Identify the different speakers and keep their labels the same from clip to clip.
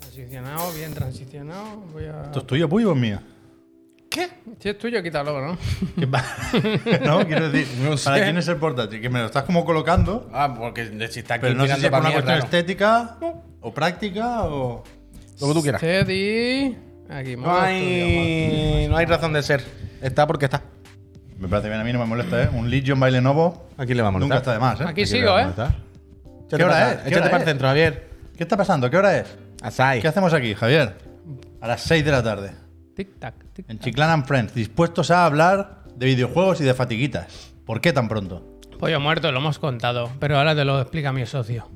Speaker 1: Transicionado, bien transicionado. Voy a...
Speaker 2: ¿Esto es tuyo, Puyo, o es mío?
Speaker 1: ¿Qué? Si es tuyo, quítalo, ¿no?
Speaker 2: ¿Qué pa- no, quiero decir,
Speaker 3: No sé.
Speaker 2: ¿para quién es el portátil? Que me lo estás como colocando,
Speaker 3: Ah, porque si está aquí
Speaker 2: pero no sé
Speaker 3: mirando
Speaker 2: si es por
Speaker 3: para
Speaker 2: una
Speaker 3: mí es
Speaker 2: cuestión
Speaker 3: raro.
Speaker 2: estética o práctica o...
Speaker 3: Lo que tú quieras.
Speaker 1: Teddy. Aquí,
Speaker 3: No hay, no hay razón de ser. Está porque está.
Speaker 2: Me parece bien, a mí no me molesta, ¿eh? Un Legion by Lenovo
Speaker 3: Aquí le vamos a
Speaker 2: nunca está de más, ¿eh?
Speaker 1: Aquí
Speaker 3: Aquí
Speaker 1: sigo, ¿eh?
Speaker 2: ¿Qué hora es? ¿Qué hora
Speaker 3: Échate para
Speaker 2: es?
Speaker 3: el centro, Javier.
Speaker 2: ¿Qué está pasando? ¿Qué hora es?
Speaker 3: Asai.
Speaker 2: ¿Qué hacemos aquí, Javier? A las 6 de la tarde,
Speaker 1: Tic-tac, tic-tac.
Speaker 2: en Chiclana and Friends, dispuestos a hablar de videojuegos y de fatiguitas. ¿Por qué tan pronto?
Speaker 1: Pollo muerto, lo hemos contado, pero ahora te lo explica mi socio.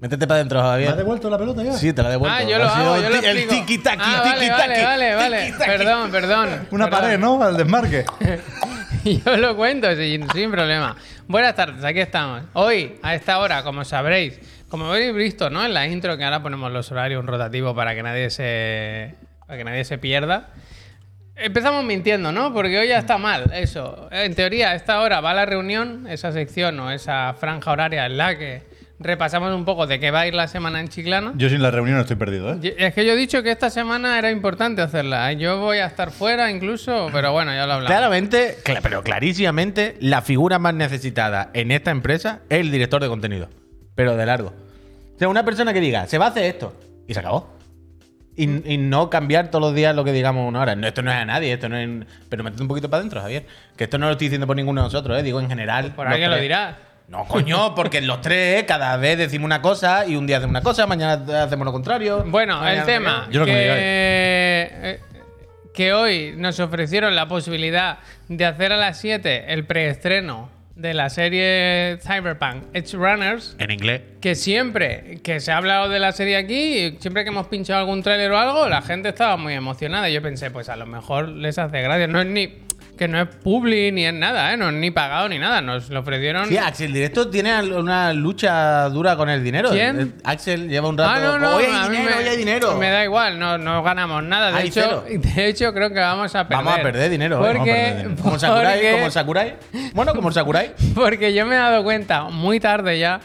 Speaker 3: Métete para adentro,
Speaker 2: ¿Me has
Speaker 3: Javier.
Speaker 2: devuelto la pelota ya?
Speaker 3: Sí, te la devuelvo.
Speaker 1: Ah, yo lo
Speaker 3: Ha sido
Speaker 1: hago, yo lo
Speaker 3: el ti- El
Speaker 1: explico.
Speaker 3: tiki-taki,
Speaker 1: Ah, vale,
Speaker 3: tiki-taki.
Speaker 1: Vale, vale, vale. Perdón, perdón.
Speaker 2: Una
Speaker 1: perdón.
Speaker 2: pared, ¿no? Al desmarque.
Speaker 1: Yo lo cuento sin, sin problema. Buenas tardes, aquí estamos. Hoy, a esta hora, como sabréis, como habéis visto, ¿no? En la intro, que ahora ponemos los horarios, un rotativo para que nadie se. para que nadie se pierda. Empezamos mintiendo, ¿no? Porque hoy ya está mal eso. En teoría, a esta hora va la reunión, esa sección o esa franja horaria en la que repasamos un poco de qué va a ir la semana en Chiclana.
Speaker 2: Yo sin la reunión estoy perdido, ¿eh?
Speaker 1: Yo- Es que yo he dicho que esta semana era importante hacerla. Yo voy a estar fuera incluso, pero bueno, ya lo hablamos.
Speaker 3: Claramente, cla- pero clarísimamente, la figura más necesitada en esta empresa es el director de contenido. Pero de largo. O sea, una persona que diga, se va a hacer esto. Y se acabó. Y, y no cambiar todos los días lo que digamos una hora. No, esto no es a nadie, esto no es. Pero métete un poquito para adentro, Javier. Que esto no lo estoy diciendo por ninguno de nosotros, ¿eh? digo en general.
Speaker 1: Pues Por
Speaker 3: los
Speaker 1: ahí que lo
Speaker 3: tres.
Speaker 1: dirás.
Speaker 3: No, coño, porque los tres eh, cada vez decimos una cosa y un día hacemos una cosa, mañana hacemos lo contrario.
Speaker 1: Bueno,
Speaker 3: mañana
Speaker 1: el
Speaker 3: no sé
Speaker 1: tema.
Speaker 3: qué.
Speaker 2: Yo lo que me digáis.
Speaker 1: eh, que hoy nos ofrecieron la posibilidad de hacer a las 7 el preestreno de la serie Cyberpunk Edge Runners.
Speaker 3: En inglés.
Speaker 1: Que siempre que se ha hablado de la serie aquí, siempre que hemos pinchado algún tráiler o algo, la gente estaba muy emocionada. Y yo pensé, pues a lo mejor les hace gracia. No es ni. Que no es publi ni es nada, ¿eh? No es ni pagado ni nada. Nos lo ofrecieron.
Speaker 3: Sí, Axel Directo tiene al- una lucha dura con el dinero.
Speaker 1: ¿Quién?
Speaker 3: Eh, Axel lleva un rato.
Speaker 1: Ah, no, no,
Speaker 3: Hoy
Speaker 1: a
Speaker 3: hay
Speaker 1: mí
Speaker 3: dinero,
Speaker 1: me,
Speaker 3: hoy hay dinero.
Speaker 1: Me da igual, no, no ganamos nada. De,
Speaker 3: Hay
Speaker 1: hecho,
Speaker 3: cero.
Speaker 1: de hecho, creo que vamos a perder.
Speaker 3: Vamos a perder dinero. hoy,
Speaker 1: Porque,
Speaker 3: vamos a perder dinero. Como Sakurai,
Speaker 1: porque,
Speaker 3: como Sakurai. Bueno, como Sakurai.
Speaker 1: porque yo me he dado cuenta muy tarde ya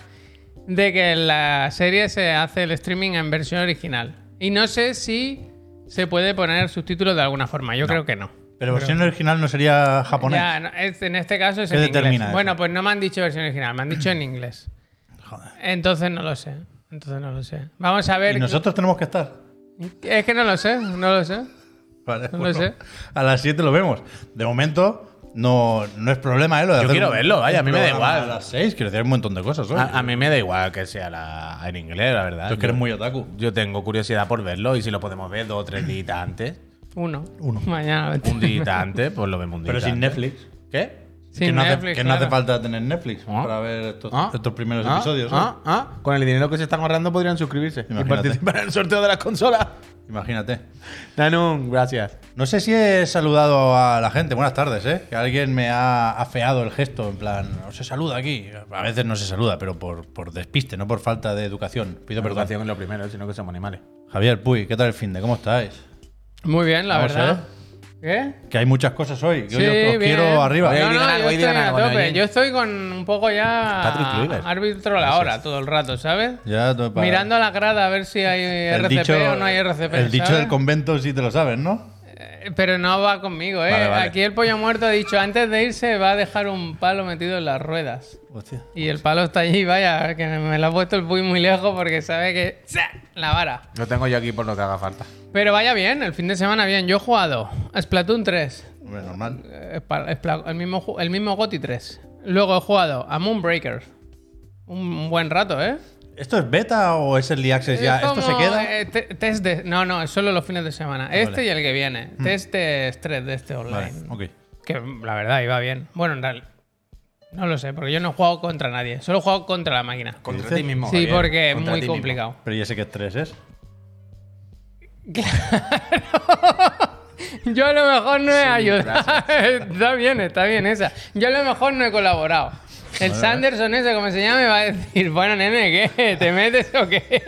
Speaker 1: de que en la serie se hace el streaming en versión original. Y no sé si se puede poner subtítulos de alguna forma. Yo creo que no.
Speaker 2: Pero versión original no sería japonés.
Speaker 1: Ya, no, es- en este caso es
Speaker 2: ¿Qué
Speaker 1: en
Speaker 2: determina
Speaker 1: inglés.
Speaker 2: eso?
Speaker 1: Bueno, pues no me han dicho versión original, me han dicho en inglés. Entonces no lo sé. Entonces no lo sé. Vamos a ver.
Speaker 2: Y nosotros tenemos que estar.
Speaker 1: Es que no lo sé, no lo sé.
Speaker 2: Vale,
Speaker 1: No sé.
Speaker 2: A las 7 lo vemos. De momento, no, no es problema, ¿eh? Lo de
Speaker 3: Yo
Speaker 2: hacer
Speaker 3: quiero
Speaker 2: un-
Speaker 3: verlo, vaya, a mí
Speaker 2: un
Speaker 3: me da
Speaker 2: programa
Speaker 3: igual.
Speaker 2: A las 6, quiero decir, hay un montón de cosas. ¿eh?
Speaker 3: A, a mí me da igual que sea la, en inglés, la verdad.
Speaker 2: Tú es que eres muy otaku.
Speaker 3: ah, Yo tengo curiosidad por verlo y si lo podemos ver dos o tres días antes.
Speaker 1: Uno.
Speaker 2: Uno.
Speaker 1: Mañana.
Speaker 3: Un día antes, pues lo vemos un día
Speaker 2: Pero sin
Speaker 3: antes.
Speaker 2: Netflix.
Speaker 3: ¿Qué?
Speaker 1: Sin
Speaker 2: que no, hace,
Speaker 1: Netflix,
Speaker 2: que no hace
Speaker 1: claro.
Speaker 2: falta tener Netflix
Speaker 3: Ah.
Speaker 2: para ver estos,
Speaker 3: Ah,
Speaker 2: estos primeros
Speaker 3: ah,
Speaker 2: episodios. ¿eh?
Speaker 3: Ah, ah. Con el dinero que se están ahorrando podrían suscribirse y
Speaker 2: Imagínate.
Speaker 3: participar en el sorteo de las consolas.
Speaker 2: Imagínate.
Speaker 3: Nanun, gracias.
Speaker 2: No sé si he saludado a la gente. Buenas tardes, ¿eh? Que alguien me ha afeado el gesto, en plan, no se saluda aquí. A veces no se saluda, pero por, por despiste, no por falta de educación. Pido perdón.
Speaker 3: Educación es lo primero, sino que somos animales.
Speaker 2: Javier Puy, ¿qué tal el fin de? ¿Cómo estáis?
Speaker 1: Muy bien, la
Speaker 2: Vamos ¿eh? a
Speaker 1: verdad. ¿Qué?
Speaker 2: Que hay muchas cosas hoy. Que hoy os-
Speaker 1: bien.
Speaker 2: os quiero arriba.
Speaker 3: Hoy
Speaker 1: No,
Speaker 3: digan
Speaker 1: no,
Speaker 3: algo,
Speaker 1: yo
Speaker 3: hoy digan
Speaker 1: estoy a
Speaker 3: algo, no,
Speaker 1: tope.
Speaker 3: Jane.
Speaker 1: Yo estoy con un poco ya
Speaker 3: Patrick Kluivert.
Speaker 1: árbitro a la hora todo el rato, ¿sabes?
Speaker 2: Ya, todo para-
Speaker 1: Mirando a la grada a ver si hay
Speaker 2: el
Speaker 1: RCP
Speaker 2: dicho-
Speaker 1: o no hay RCP.
Speaker 2: El dicho
Speaker 1: ¿sabes?
Speaker 2: del convento sí te lo sabes, ¿no?
Speaker 1: Eh, Pero no va conmigo, ¿eh?
Speaker 2: Vale, vale.
Speaker 1: Aquí el pollo muerto ha dicho, antes de irse va a dejar un palo metido en las ruedas.
Speaker 2: Hostia.
Speaker 1: Y el palo está allí, vaya, que me lo ha puesto el puy muy lejos porque sabe que... ¡Za! La vara.
Speaker 3: Lo tengo yo aquí por lo que haga falta.
Speaker 1: Pero vaya bien, el fin de semana bien. Yo he jugado a Splatoon 3,
Speaker 2: Hombre, normal.
Speaker 1: eh, pa- Spla- el mismo, ju- el mismo GOTI 3. Luego he jugado a Moonbreaker. Un, un buen rato, ¿eh?
Speaker 2: ¿Esto es beta o es el access Pues ya?
Speaker 1: Es
Speaker 2: ¿Esto se
Speaker 1: como,
Speaker 2: queda? Ah,
Speaker 1: eh, te- test de, no, no, es solo los fines de semana. este y el que viene. Test de estrés de este online.
Speaker 2: Mm. Vale, ok.
Speaker 1: Que la verdad iba bien. Bueno, en realidad. No lo sé, porque yo no he jugado contra nadie. Solo he jugado contra la máquina.
Speaker 3: Contra
Speaker 2: dices?
Speaker 3: ti mismo.
Speaker 1: sí,
Speaker 3: Javier,
Speaker 1: porque es
Speaker 3: contra ti
Speaker 1: muy
Speaker 3: mismo.
Speaker 1: complicado.
Speaker 2: Pero ya sé que estrés es.
Speaker 1: Yo a lo mejor no he ayudado.
Speaker 3: gracias.
Speaker 1: está bien, está bien esa. Yo a lo mejor no he colaborado. El Sanderson ese, como se llame, va a decir, bueno, nene, ¿qué? ¿Te metes o qué?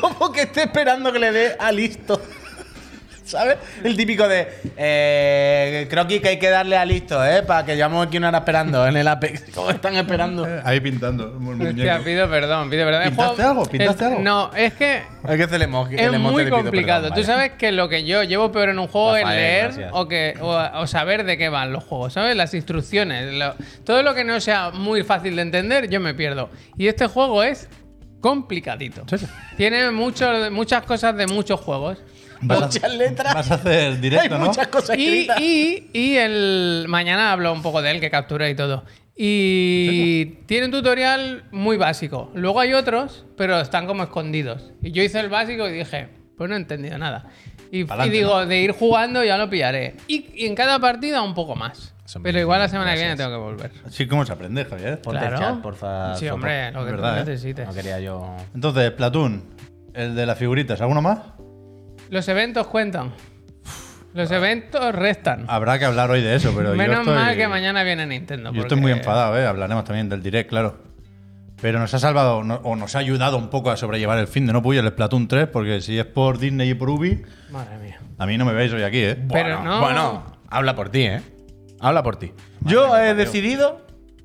Speaker 3: ¿Cómo que esté esperando que le dé a listo? ¿Sabes? El típico de. Eh, croquis que hay que darle a listo, ¿eh? Para que llevamos aquí una hora esperando en el Apex. ¿Cómo están esperando?
Speaker 2: Eh, Ahí pintando. el muñeco.
Speaker 1: Hostia, pido perdón, pido perdón. El
Speaker 2: ¿Pintaste
Speaker 1: juego-
Speaker 2: algo? ¿Pintaste
Speaker 1: el-
Speaker 2: algo?
Speaker 1: No, es que
Speaker 3: Hay que hacer el emoji.
Speaker 1: es muy complicado. Tú sabes que lo que yo llevo peor en un juego es
Speaker 3: Rafael,
Speaker 1: leer
Speaker 3: gracias.
Speaker 1: o, que, o, o saber de qué van los juegos, ¿sabes? Las instrucciones. lo- todo lo que no sea muy fácil de entender, yo me pierdo. Y este juego es complicadito. Tiene mucho- muchas cosas de muchos juegos.
Speaker 2: Vas a-
Speaker 3: Muchas letras.
Speaker 2: Vas a hacer
Speaker 3: Hay
Speaker 2: directo, ¿no?
Speaker 3: muchas cosas
Speaker 1: Y,
Speaker 3: escritas.
Speaker 1: y, y el mañana hablo un poco de él, que captura y todo. Y tiene un tutorial muy básico. Luego hay otros, pero están como escondidos. Y yo hice el básico y dije, pues no he entendido nada. Y, y
Speaker 2: Pa'lante,
Speaker 1: digo, de ir jugando ya lo pillaré. Y, y en cada partida un poco más.
Speaker 3: Eso me
Speaker 1: Pero
Speaker 3: dice,
Speaker 1: igual la semana que viene tengo que volver.
Speaker 2: Sí, ¿cómo se aprende, Javier?
Speaker 3: Ponte el
Speaker 1: Claro.
Speaker 3: chat, porfa,
Speaker 1: Sí,
Speaker 3: Sopo.
Speaker 1: hombre, lo que tú
Speaker 2: verdad, ¿eh?
Speaker 1: necesites.
Speaker 3: No quería yo.
Speaker 2: Entonces, Platón, el de las figuritas, ¿alguno más?
Speaker 1: Los eventos cuentan. Los eventos restan.
Speaker 2: Habrá que hablar hoy de eso, Ah, pero
Speaker 1: Menos
Speaker 2: yo estoy,
Speaker 1: mal que mañana viene Nintendo.
Speaker 2: Yo estoy muy
Speaker 1: Ah, porque-
Speaker 2: enfadado, ¿eh? Hablaremos también del direct, claro. Pero nos ha salvado no- o nos ha ayudado un poco a sobrellevar el fin de no puyo el Splatoon 3, porque si es por Disney y por Ubi,
Speaker 1: Madre mía.
Speaker 2: a mí no me veis hoy aquí, ¿eh?
Speaker 1: Pero
Speaker 3: bueno,
Speaker 1: no.
Speaker 3: Bueno, habla por ti, ¿eh? Habla por ti. Yo he decidido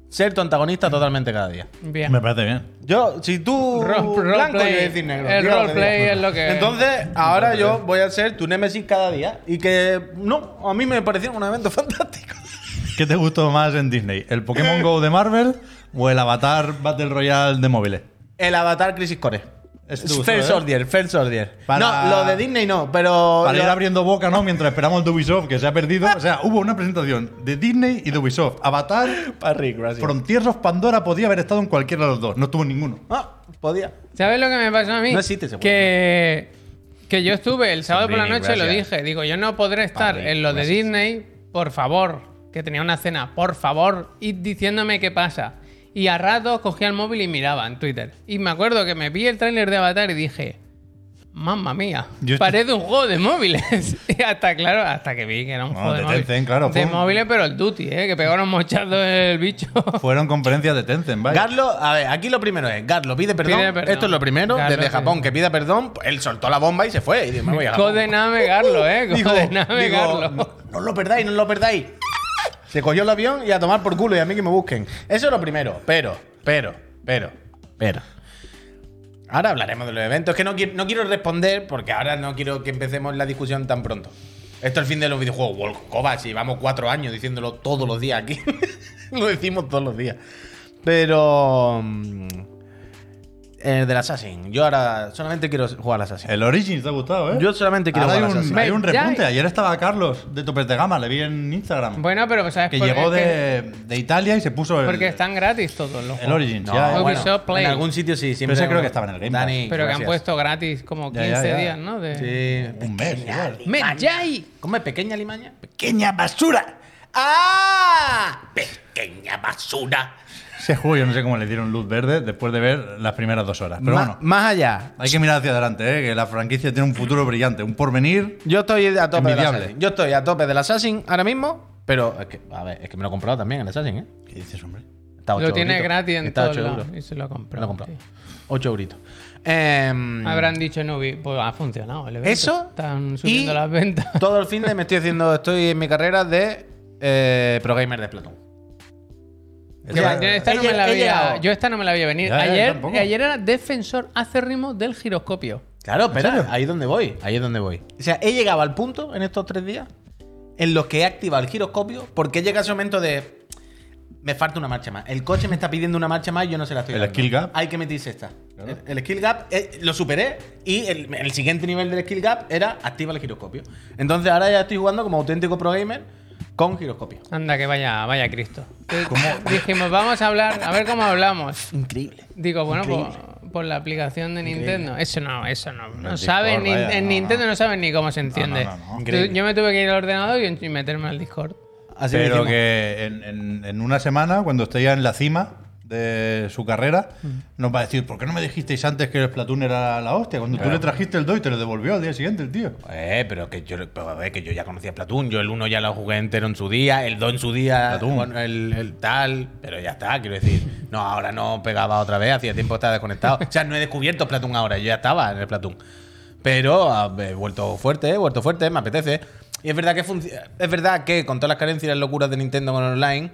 Speaker 3: ser tu antagonista totalmente cada día.
Speaker 1: Bien.
Speaker 2: Me parece bien.
Speaker 3: Yo, si tú
Speaker 1: Ro- roleplay.
Speaker 3: blanco, yo voy a decir negro.
Speaker 1: El
Speaker 3: Yo lo
Speaker 1: roleplay
Speaker 3: digo.
Speaker 1: es lo que-
Speaker 3: Entonces, ahora yo voy a ser tu némesis cada día. Y que, no, a mí me pareció un evento fantástico.
Speaker 2: ¿Qué te gustó más en Disney? ¿El Pokémon GO de Marvel o el Avatar Battle Royale de móviles?
Speaker 3: El Avatar Crisis Core.
Speaker 2: Ese te gustó,
Speaker 3: First
Speaker 2: ¿eh?
Speaker 3: Order, First Order.
Speaker 2: Para-
Speaker 3: No, lo de Disney no, pero...
Speaker 2: Para ir
Speaker 3: lo-
Speaker 2: abriendo boca, ¿no? Mientras esperamos el de Ubisoft, que se ha perdido. O sea, hubo una presentación de Disney y de Ubisoft. Avatar,
Speaker 3: Para Rick, gracias.
Speaker 2: Frontiers of Pandora podía haber estado en cualquiera de los dos. No estuvo en ninguno.
Speaker 3: Ah, podía.
Speaker 1: ¿Sabes lo que me pasó a mí?
Speaker 3: No existe ese juego.
Speaker 1: que, que yo estuve el sábado por la
Speaker 3: Sandrini,
Speaker 1: noche y lo
Speaker 3: gracias.
Speaker 1: dije. Digo, yo no podré estar
Speaker 3: Padre,
Speaker 1: en lo de
Speaker 3: gracias.
Speaker 1: Disney, por favor. Que tenía una cena, por favor. Y diciéndome qué pasa. Y a ratos cogía el móvil y miraba en Twitter. Y me acuerdo que me vi el tráiler de Avatar y dije... Mamma mía,
Speaker 2: Yo estoy-
Speaker 1: parece un juego de móviles. Y hasta claro, hasta que vi que era un
Speaker 2: No,
Speaker 1: juego de,
Speaker 2: de
Speaker 1: móviles.
Speaker 2: Tencent, claro, fue
Speaker 1: de
Speaker 2: un-
Speaker 1: móviles, pero el Duty, ¿eh? que pegó unos mochazos el bicho.
Speaker 2: Fueron conferencias de Tencent, vaya.
Speaker 3: Garlo, a ver, aquí lo primero es, Garlo pide perdón.
Speaker 1: Pide perdón.
Speaker 3: Esto es lo primero,
Speaker 1: Garlo pide
Speaker 3: desde Japón, que pida perdón. Él soltó la bomba y se fue. Y dijo, me voy a Japón.
Speaker 1: Codename Garlo, ¿eh?
Speaker 3: Digo,
Speaker 1: Codename
Speaker 3: digo,
Speaker 1: Garlo.
Speaker 3: no, no lo perdáis, no lo perdáis. Se cogió el avión y a tomar por culo y a mí que me busquen. Eso es lo primero. Pero, pero, pero, pero. Ahora hablaremos de los eventos. Que no, qui- no quiero responder porque ahora no quiero que empecemos la discusión tan pronto. Esto es el fin de los videojuegos. Wolkova, si llevamos cuatro años diciéndolo todos los días aquí. lo decimos todos los días. Pero. mm, El del Assassin. Yo ahora solamente quiero jugar al Assassin.
Speaker 2: El Origins te ha gustado, ¿eh?
Speaker 3: Yo solamente quiero
Speaker 2: Ahora hay,
Speaker 3: jugar al
Speaker 2: un,
Speaker 3: Assassin.
Speaker 2: hay un
Speaker 1: Ve, ya
Speaker 2: repunte.
Speaker 1: hay-
Speaker 2: Ayer estaba Carlos de Topes de Gama, le vi en Instagram.
Speaker 1: Bueno, pero ¿sabes
Speaker 2: que
Speaker 1: por-
Speaker 2: llegó
Speaker 1: es que-
Speaker 2: de, de Italia y se puso el,
Speaker 1: Porque están gratis todos los
Speaker 2: el
Speaker 1: juegos.
Speaker 2: Origins.
Speaker 3: No,
Speaker 2: ya, eh.
Speaker 1: Ubisoft
Speaker 3: bueno,
Speaker 1: Play.
Speaker 3: En algún sitio sí, siempre.
Speaker 2: Pero ese creo que estaba en el Game Pass.
Speaker 3: Dani,
Speaker 1: Pero que han
Speaker 3: gracias.
Speaker 1: puesto gratis como
Speaker 2: Ya,
Speaker 1: 15
Speaker 2: ya, ya.
Speaker 1: días, ¿no? De...
Speaker 3: Sí.
Speaker 2: Un mes, igual.
Speaker 1: ¡Men, yay!
Speaker 3: ¿Cómo es pequeña limaña?
Speaker 2: ¡Pequeña basura!
Speaker 3: ¡Ah! Pequeña basura.
Speaker 2: Ese juego yo no sé cómo le dieron luz verde después de ver las primeras dos horas. Pero
Speaker 3: Ma-
Speaker 2: bueno,
Speaker 3: Más allá.
Speaker 2: hay que mirar hacia adelante, ¿eh? que la franquicia tiene un futuro brillante, un porvenir.
Speaker 3: Yo estoy a tope del
Speaker 2: Envidiable.
Speaker 3: Assassin. Yo estoy a tope del Assassin ahora mismo. Pero es que, a ver, es que me lo he comprado también el Assassin, ¿eh?
Speaker 2: ¿Qué dices, hombre?
Speaker 3: Está a ocho
Speaker 1: Lo tiene
Speaker 3: euritos.
Speaker 1: gratis en
Speaker 3: Está a
Speaker 1: todos
Speaker 3: ocho
Speaker 1: lados.
Speaker 3: euros.
Speaker 1: Y se lo compró.
Speaker 3: Me lo he comprado.
Speaker 1: sí.
Speaker 3: 8 euritos. Em,
Speaker 1: Habrán dicho no vi, pues ha funcionado el evento.
Speaker 3: Eso
Speaker 1: Están
Speaker 3: y-
Speaker 1: subiendo las ventas.
Speaker 3: Em, Todo el fin de me estoy haciendo, estoy en mi carrera de eh, pro gamer de Splatoon.
Speaker 1: Que va, yo, esta no
Speaker 3: Ella-
Speaker 1: me la
Speaker 3: ella-
Speaker 1: había, yo esta no me la había venir.
Speaker 2: Ya, ya, yo
Speaker 1: ayer,
Speaker 2: tampoco.
Speaker 1: ayer era defensor acérrimo del giroscopio.
Speaker 3: Claro, espera, ahí es donde voy, ahí es donde voy. O sea, he llegado al punto en estos tres días en los que he activado el giroscopio porque llega ese momento de me falta una marcha más. El coche me está pidiendo una marcha más y yo no se la estoy
Speaker 2: El
Speaker 3: dando.
Speaker 2: skill gap.
Speaker 3: Hay que meterse esta.
Speaker 2: Claro.
Speaker 3: El, el skill gap eh, lo superé y el, el siguiente nivel del skill gap era activa el giroscopio. Entonces ahora ya estoy jugando como auténtico pro gamer con giroscopio.
Speaker 1: Anda, que vaya, vaya Cristo. Dijimos, vamos a hablar, a ver cómo hablamos.
Speaker 3: Increíble.
Speaker 1: Digo, bueno, por, por la aplicación de Nintendo. Eso no, eso no. No
Speaker 2: Discord,
Speaker 1: saben, ni-
Speaker 2: vaya,
Speaker 1: en
Speaker 2: no,
Speaker 1: Nintendo
Speaker 2: no.
Speaker 1: no saben ni cómo se entiende.
Speaker 2: no, no.
Speaker 1: Tú-
Speaker 3: Increíble.
Speaker 1: Yo me tuve que ir al ordenador y, y meterme al Discord.
Speaker 3: Así lo
Speaker 2: Pero
Speaker 3: hicimos.
Speaker 2: que en, en- en una semana, cuando esté ya en la cima de su carrera,
Speaker 1: Mm.
Speaker 2: nos va a decir, ¿por qué no me dijisteis antes que el Splatoon era la hostia? Cuando tú le trajiste el 2 y te lo devolvió al día siguiente el tío.
Speaker 3: Eh, pero que yo, pero, a ver, que yo ya conocía Platoon. Yo el 1 ya lo jugué entero en su día, el 2 en su día,
Speaker 2: Splatoon.
Speaker 3: bueno, el, el tal, pero ya está, quiero decir. No, ahora no pegaba otra vez, hacía tiempo que estaba desconectado. O sea, no he descubierto Platoon ahora, yo ya estaba en el Platoon. Pero ah, he vuelto fuerte, he vuelto fuerte, me apetece. Y es verdad que func- es verdad que con todas las carencias y las locuras de Nintendo con online,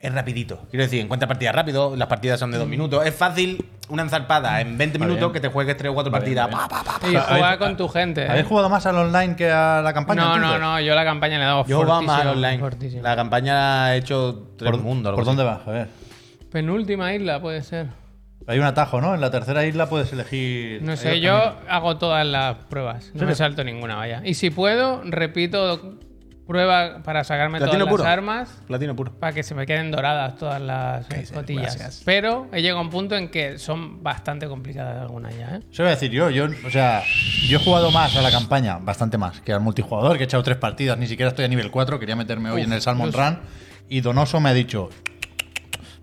Speaker 3: es rapidito. Quiero decir, encuentra partidas rápido, las partidas son de dos minutos. Es fácil una enzarpada en 20
Speaker 2: Va
Speaker 3: minutos
Speaker 2: Mm. bien.
Speaker 3: que te juegues tres o cuatro
Speaker 2: Va bien,
Speaker 3: partidas.
Speaker 2: va bien.
Speaker 3: Pa, pa, pa, pa.
Speaker 1: Y jugar
Speaker 2: ¿habéis-
Speaker 1: con tu gente.
Speaker 2: ¿Habéis jugado más al online que a la campaña?
Speaker 1: Eh. No, no,
Speaker 2: entonces?
Speaker 1: no, yo la campaña le he dado
Speaker 3: Yo va más al
Speaker 1: fortísimo,
Speaker 3: online.
Speaker 1: fortísimo.
Speaker 3: La campaña la ha hecho tres
Speaker 2: ¿Por,
Speaker 3: mundo. algo
Speaker 2: ¿por
Speaker 3: así.
Speaker 2: dónde vas? A ver.
Speaker 1: Penúltima isla puede ser.
Speaker 2: Hay un atajo, ¿no? En la tercera isla puedes elegir.
Speaker 1: No
Speaker 2: hay
Speaker 1: sé,
Speaker 2: dos
Speaker 1: yo
Speaker 2: caminos.
Speaker 1: hago todas las pruebas. No me salto ninguna, vaya. Y si puedo, repito prueba para sacarme todas
Speaker 3: Platino
Speaker 1: las
Speaker 3: puro.
Speaker 1: armas
Speaker 3: Platino puro.
Speaker 1: para que se me queden doradas todas las cotillas. Pero he llegado a un punto en que son bastante complicadas algunas ya, ¿eh?
Speaker 2: Eso voy a decir yo, yo, o sea, yo he jugado más a la campaña, bastante más, que al multijugador, que he echado tres partidas, ni siquiera estoy a nivel 4, quería meterme hoy en el Salmon Run, y Donoso me ha dicho,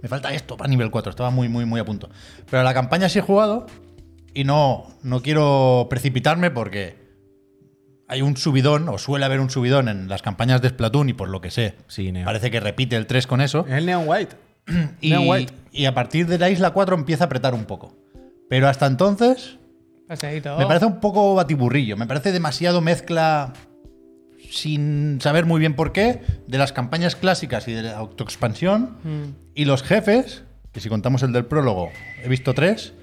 Speaker 2: me falta esto para nivel 4, estaba muy, muy, muy a punto. Pero a la campaña sí he jugado, y no, no quiero precipitarme porque hay un subidón, o suele haber un subidón en las campañas de Splatoon, y por lo que sé,
Speaker 3: Sí, Neo.
Speaker 2: parece que repite el 3 con eso.
Speaker 3: Es el Neon White.
Speaker 2: Y,
Speaker 3: Neon White.
Speaker 2: y a partir de la isla 4 empieza a apretar un poco. Pero hasta entonces
Speaker 1: Paseíto.
Speaker 2: me parece un poco batiburrillo. Me parece demasiado mezcla sin saber muy bien por qué de las campañas clásicas y de la autoexpansión. Y los jefes, que si contamos el del prólogo, he visto tres,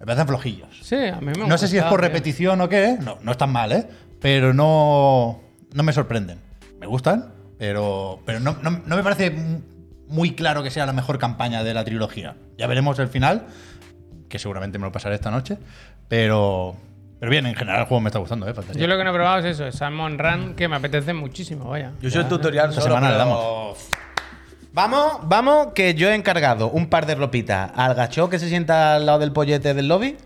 Speaker 2: me parecen flojillos.
Speaker 1: Sí, a mí me
Speaker 2: No sé si es por
Speaker 1: repetición
Speaker 2: repetición o qué, no, no están mal, ¿eh? Pero no, no me sorprenden. Me gustan, pero, pero no, no- no me parece m- muy claro que sea la mejor campaña de la trilogía. Ya veremos el final, que seguramente me lo pasaré esta noche, pero, pero bien, en general el juego me está gustando, ¿eh? Fantasía.
Speaker 1: Yo lo que no he probado es eso, el Salmon Run, que me apetece muchísimo, vaya.
Speaker 3: Yo soy el tutorial
Speaker 2: Esta
Speaker 3: solo,
Speaker 2: semana le
Speaker 3: pero-
Speaker 2: damos.
Speaker 3: Vamos, vamos, que yo he encargado un par de ropitas al gacho que se sienta al lado del pollete del lobby,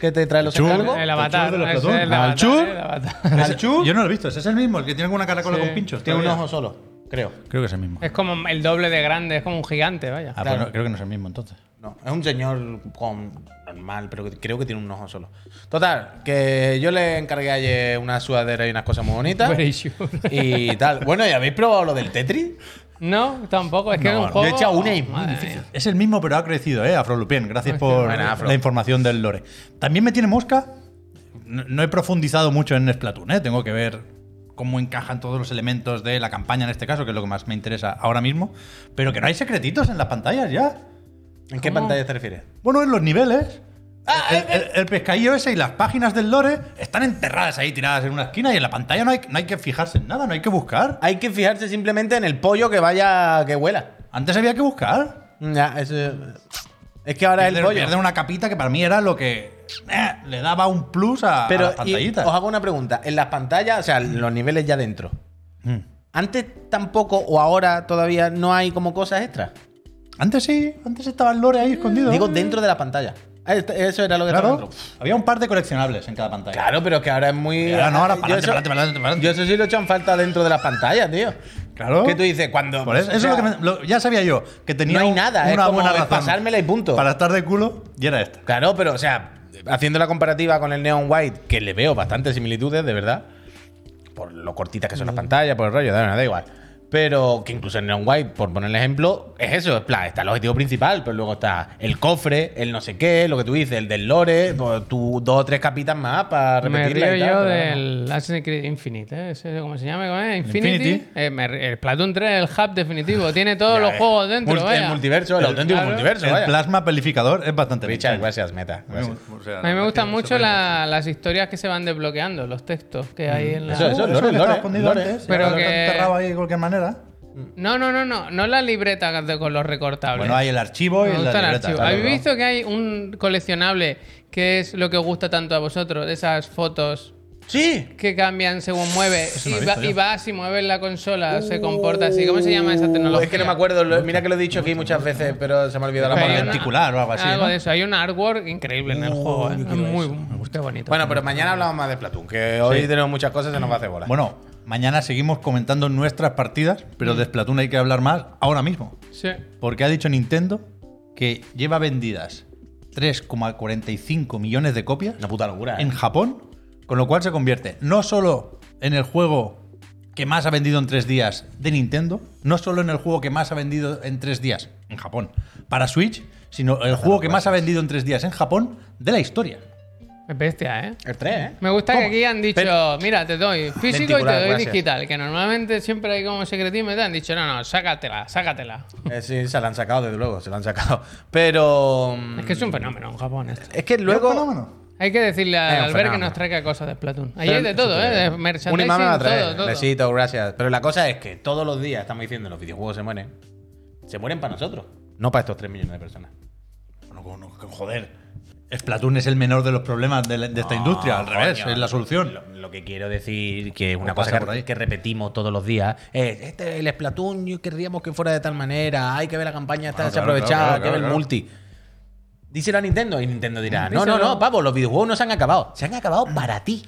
Speaker 3: que te trae los
Speaker 2: Chul.
Speaker 3: encargos.
Speaker 1: El avatar,
Speaker 2: El chur de los
Speaker 1: ese es
Speaker 2: Platón.
Speaker 1: el
Speaker 2: Al
Speaker 1: avatar,
Speaker 3: chur.
Speaker 1: el avatar.
Speaker 3: Al chu
Speaker 2: Yo no lo he visto, ese es el mismo, el que tiene una caracola
Speaker 1: Sí. Eh,
Speaker 2: con pinchos.
Speaker 3: tiene un
Speaker 2: todavía.
Speaker 3: ojo solo, creo.
Speaker 2: Creo que es el mismo.
Speaker 1: Es como el doble de grande, es como un gigante, vaya.
Speaker 2: Ah, pues
Speaker 3: claro.
Speaker 2: no, creo que no es el mismo entonces.
Speaker 3: No, es un señor con normal, pero que- creo que tiene un ojo solo. Total, que yo le encargué ayer una sudadera y unas cosas muy bonitas.
Speaker 1: Very sure.
Speaker 3: y tal. Bueno, ¿y habéis probado lo del Tetris?
Speaker 1: No, tampoco, es que
Speaker 2: No,
Speaker 1: es un
Speaker 2: no.
Speaker 1: juego.
Speaker 3: Yo he echado una y
Speaker 1: Oh,
Speaker 3: muy
Speaker 1: madre
Speaker 3: difícil.
Speaker 1: mía.
Speaker 2: Es el mismo, pero ha crecido, ¿eh? Afro Lupien. Gracias por
Speaker 3: Buena, Afro.
Speaker 2: la información del lore. También me tiene mosca. No, no he profundizado mucho en Splatoon, ¿eh? Tengo que ver cómo encajan todos los elementos de la campaña en este caso, que es lo que más me interesa ahora mismo. Pero que no hay secretitos en las pantallas ya.
Speaker 3: ¿En qué pantalla te refieres?
Speaker 2: Bueno, en los niveles. el, el- el pescadillo ese y las páginas del lore están enterradas ahí, tiradas en una esquina, y en la pantalla no hay, no hay que fijarse en nada, no hay que buscar.
Speaker 3: Hay que fijarse simplemente en el pollo que vaya, que vuela.
Speaker 2: Antes había que buscar.
Speaker 3: Ya, eso- es que ahora es el
Speaker 2: Pierden,
Speaker 3: pollo.
Speaker 2: pierden una capita que para mí era lo que eh, le daba un plus a, a
Speaker 3: Pero
Speaker 2: las
Speaker 3: y
Speaker 2: pantallitas.
Speaker 3: os hago una pregunta. En las pantallas, o sea, los niveles ya dentro.
Speaker 2: Mm.
Speaker 3: Antes tampoco o ahora todavía no hay como cosas extras.
Speaker 2: Antes sí, antes estaba el lore ahí escondido.
Speaker 3: Digo dentro de la pantalla. Ah, est- Eso era lo que estaba
Speaker 2: claro.
Speaker 3: dentro.
Speaker 2: Había un par de coleccionables en cada pantalla.
Speaker 3: Claro, pero es que ahora es muy.
Speaker 2: Ahora no, ahora para
Speaker 3: yo,
Speaker 2: adelante,
Speaker 3: eso,
Speaker 2: para adelante, para adelante, para adelante.
Speaker 3: yo eso sí lo echan falta dentro de las pantallas, tío.
Speaker 2: Claro.
Speaker 3: Que tú dices, cuando.
Speaker 2: Por eso,
Speaker 3: o
Speaker 2: eso
Speaker 3: sea,
Speaker 2: es lo que me- lo- ya sabía yo que tenía
Speaker 3: No hay
Speaker 2: un-
Speaker 3: nada, es
Speaker 2: una
Speaker 3: como
Speaker 2: buena
Speaker 3: es
Speaker 2: razón
Speaker 3: pasármela y punto.
Speaker 2: Para estar de culo y era esta.
Speaker 3: Claro, pero, o sea, haciendo la comparativa con el Neon White, que le veo bastantes similitudes, de verdad, por lo cortitas que son las pantallas, por el rollo, da, da igual. Pero que incluso el Neon White, por poner el ejemplo, es eso, es plan, está el objetivo principal, pero luego está el cofre, el no sé qué, lo que tú dices, el del lore, pues, tú dos o tres capitas más para
Speaker 1: Me
Speaker 3: repetirla
Speaker 1: río
Speaker 3: y tal,
Speaker 1: yo
Speaker 3: pero bueno.
Speaker 1: del Assassin's Creed Infinite, ¿eh? Ese, ¿Cómo se llama? ¿Cómo es? Infinity.
Speaker 2: Infinity.
Speaker 1: Eh, me río. el Platoon 3 es el hub definitivo, tiene todos
Speaker 3: Ya
Speaker 1: los
Speaker 3: ves.
Speaker 1: juegos dentro,
Speaker 3: Mul-
Speaker 1: vaya.
Speaker 3: El multiverso, el auténtico
Speaker 1: claro.
Speaker 3: multiverso,
Speaker 2: El
Speaker 3: vaya.
Speaker 2: plasma pelificador es bastante
Speaker 3: Richard,
Speaker 2: bien.
Speaker 3: gracias, meta. gracias.
Speaker 2: O sea,
Speaker 1: A mí me gustan
Speaker 2: eso
Speaker 1: mucho
Speaker 2: es-
Speaker 1: la- las historias que se van desbloqueando, los textos que hay en la.
Speaker 3: Mm. Eso, eso.
Speaker 2: Eso,
Speaker 3: lore,
Speaker 2: que estaba
Speaker 3: lore,
Speaker 2: escondido
Speaker 3: lore.
Speaker 2: antes,
Speaker 1: Pero
Speaker 2: ahora lo
Speaker 1: que-
Speaker 2: han enterrado ahí de cualquier manera.
Speaker 1: No, no, no, no, no la libreta de- con los recortables.
Speaker 2: Bueno, hay el archivo y
Speaker 1: Me
Speaker 2: la
Speaker 1: gusta el
Speaker 2: libreta,
Speaker 1: archivo.
Speaker 2: claro,
Speaker 1: ¿Habéis
Speaker 2: claro.
Speaker 1: visto que hay un coleccionable que es lo que os gusta tanto a vosotros? De esas fotos
Speaker 3: Sí.
Speaker 1: que cambian según mueve
Speaker 2: no
Speaker 1: y,
Speaker 2: lo he
Speaker 1: va-
Speaker 2: visto yo.
Speaker 1: y vas y mueves la consola, se comporta así. ¿Cómo se llama esa tecnología?
Speaker 3: Es que no me acuerdo, lo- mira que lo he dicho aquí muchas veces, pero se me ha olvidado la
Speaker 1: Pero hay
Speaker 3: palabra.
Speaker 1: una-
Speaker 2: Lenticular o algo así, ¿no?
Speaker 1: de eso. Hay un artwork increíble
Speaker 3: Oh,
Speaker 1: en el juego. ¿eh? Es muy qué bonito.
Speaker 3: Bueno, pero mañana hablamos más de Splatoon, que hoy
Speaker 2: Sí.
Speaker 3: tenemos muchas cosas se nos va a hacer bola.
Speaker 2: Bueno, mañana seguimos comentando nuestras partidas, pero de Splatoon hay que hablar más ahora mismo.
Speaker 1: Sí.
Speaker 2: Porque ha dicho Nintendo que lleva vendidas 3,45 millones de copias
Speaker 3: una puta locura. ¿eh?
Speaker 2: en Japón, con lo cual se convierte no solo en el juego que más ha vendido en tres días de Nintendo, no solo en el juego que más ha vendido en tres días en Japón para Switch, sino el juego que más ha vendido en tres días en Japón de la historia.
Speaker 1: Es bestia, ¿eh?
Speaker 3: El 3, ¿eh?
Speaker 1: Me gusta
Speaker 3: Toma.
Speaker 1: que aquí han dicho,
Speaker 3: Pero-
Speaker 1: mira, te doy físico y te
Speaker 3: Lenticular,
Speaker 1: doy
Speaker 3: gracias.
Speaker 1: digital, que normalmente siempre hay como secretismo y te han dicho, no, no, sácatela, sácatela.
Speaker 3: Eh, sí, se la han sacado, desde luego, se la han sacado. Pero. mm,
Speaker 1: Es que es un fenómeno en Japón esto.
Speaker 3: Es que luego.
Speaker 2: ¿Es un fenómeno?
Speaker 1: Hay que decirle
Speaker 3: Es
Speaker 1: al
Speaker 3: un
Speaker 1: Albert que
Speaker 3: fenómeno.
Speaker 1: nos traiga cosas de Splatoon. Ahí
Speaker 3: Pero-
Speaker 1: hay de todo, ¿eh? De
Speaker 3: Un
Speaker 1: merchandising,
Speaker 3: imán me va a
Speaker 1: todo,
Speaker 3: traer.
Speaker 1: todo.
Speaker 3: Besito, gracias. Pero la cosa es que todos los días estamos diciendo los videojuegos se mueren. Se mueren para nosotros, no para estos 3 millones de personas.
Speaker 2: Bueno, con- con- joder. Splatoon es el menor de los problemas de, la- de esta industria, al revés,
Speaker 3: Ah, Coño,
Speaker 2: es la solución.
Speaker 3: Lo, lo que quiero decir, que es una
Speaker 2: pasa
Speaker 3: cosa
Speaker 2: por
Speaker 3: que,
Speaker 2: ahí.
Speaker 3: que repetimos todos los días, es este, el Splatoon, yo querríamos que fuera de tal manera, hay que ver la campaña, está
Speaker 2: Bueno, claro,
Speaker 3: desaprovechada,
Speaker 2: claro,
Speaker 3: hay que
Speaker 2: claro,
Speaker 3: ver el
Speaker 2: claro.
Speaker 3: multi. Díselo a Nintendo y Nintendo dirá, no, no,
Speaker 1: Díselo.
Speaker 3: no, papo, los videojuegos no se han acabado, se han acabado para ti,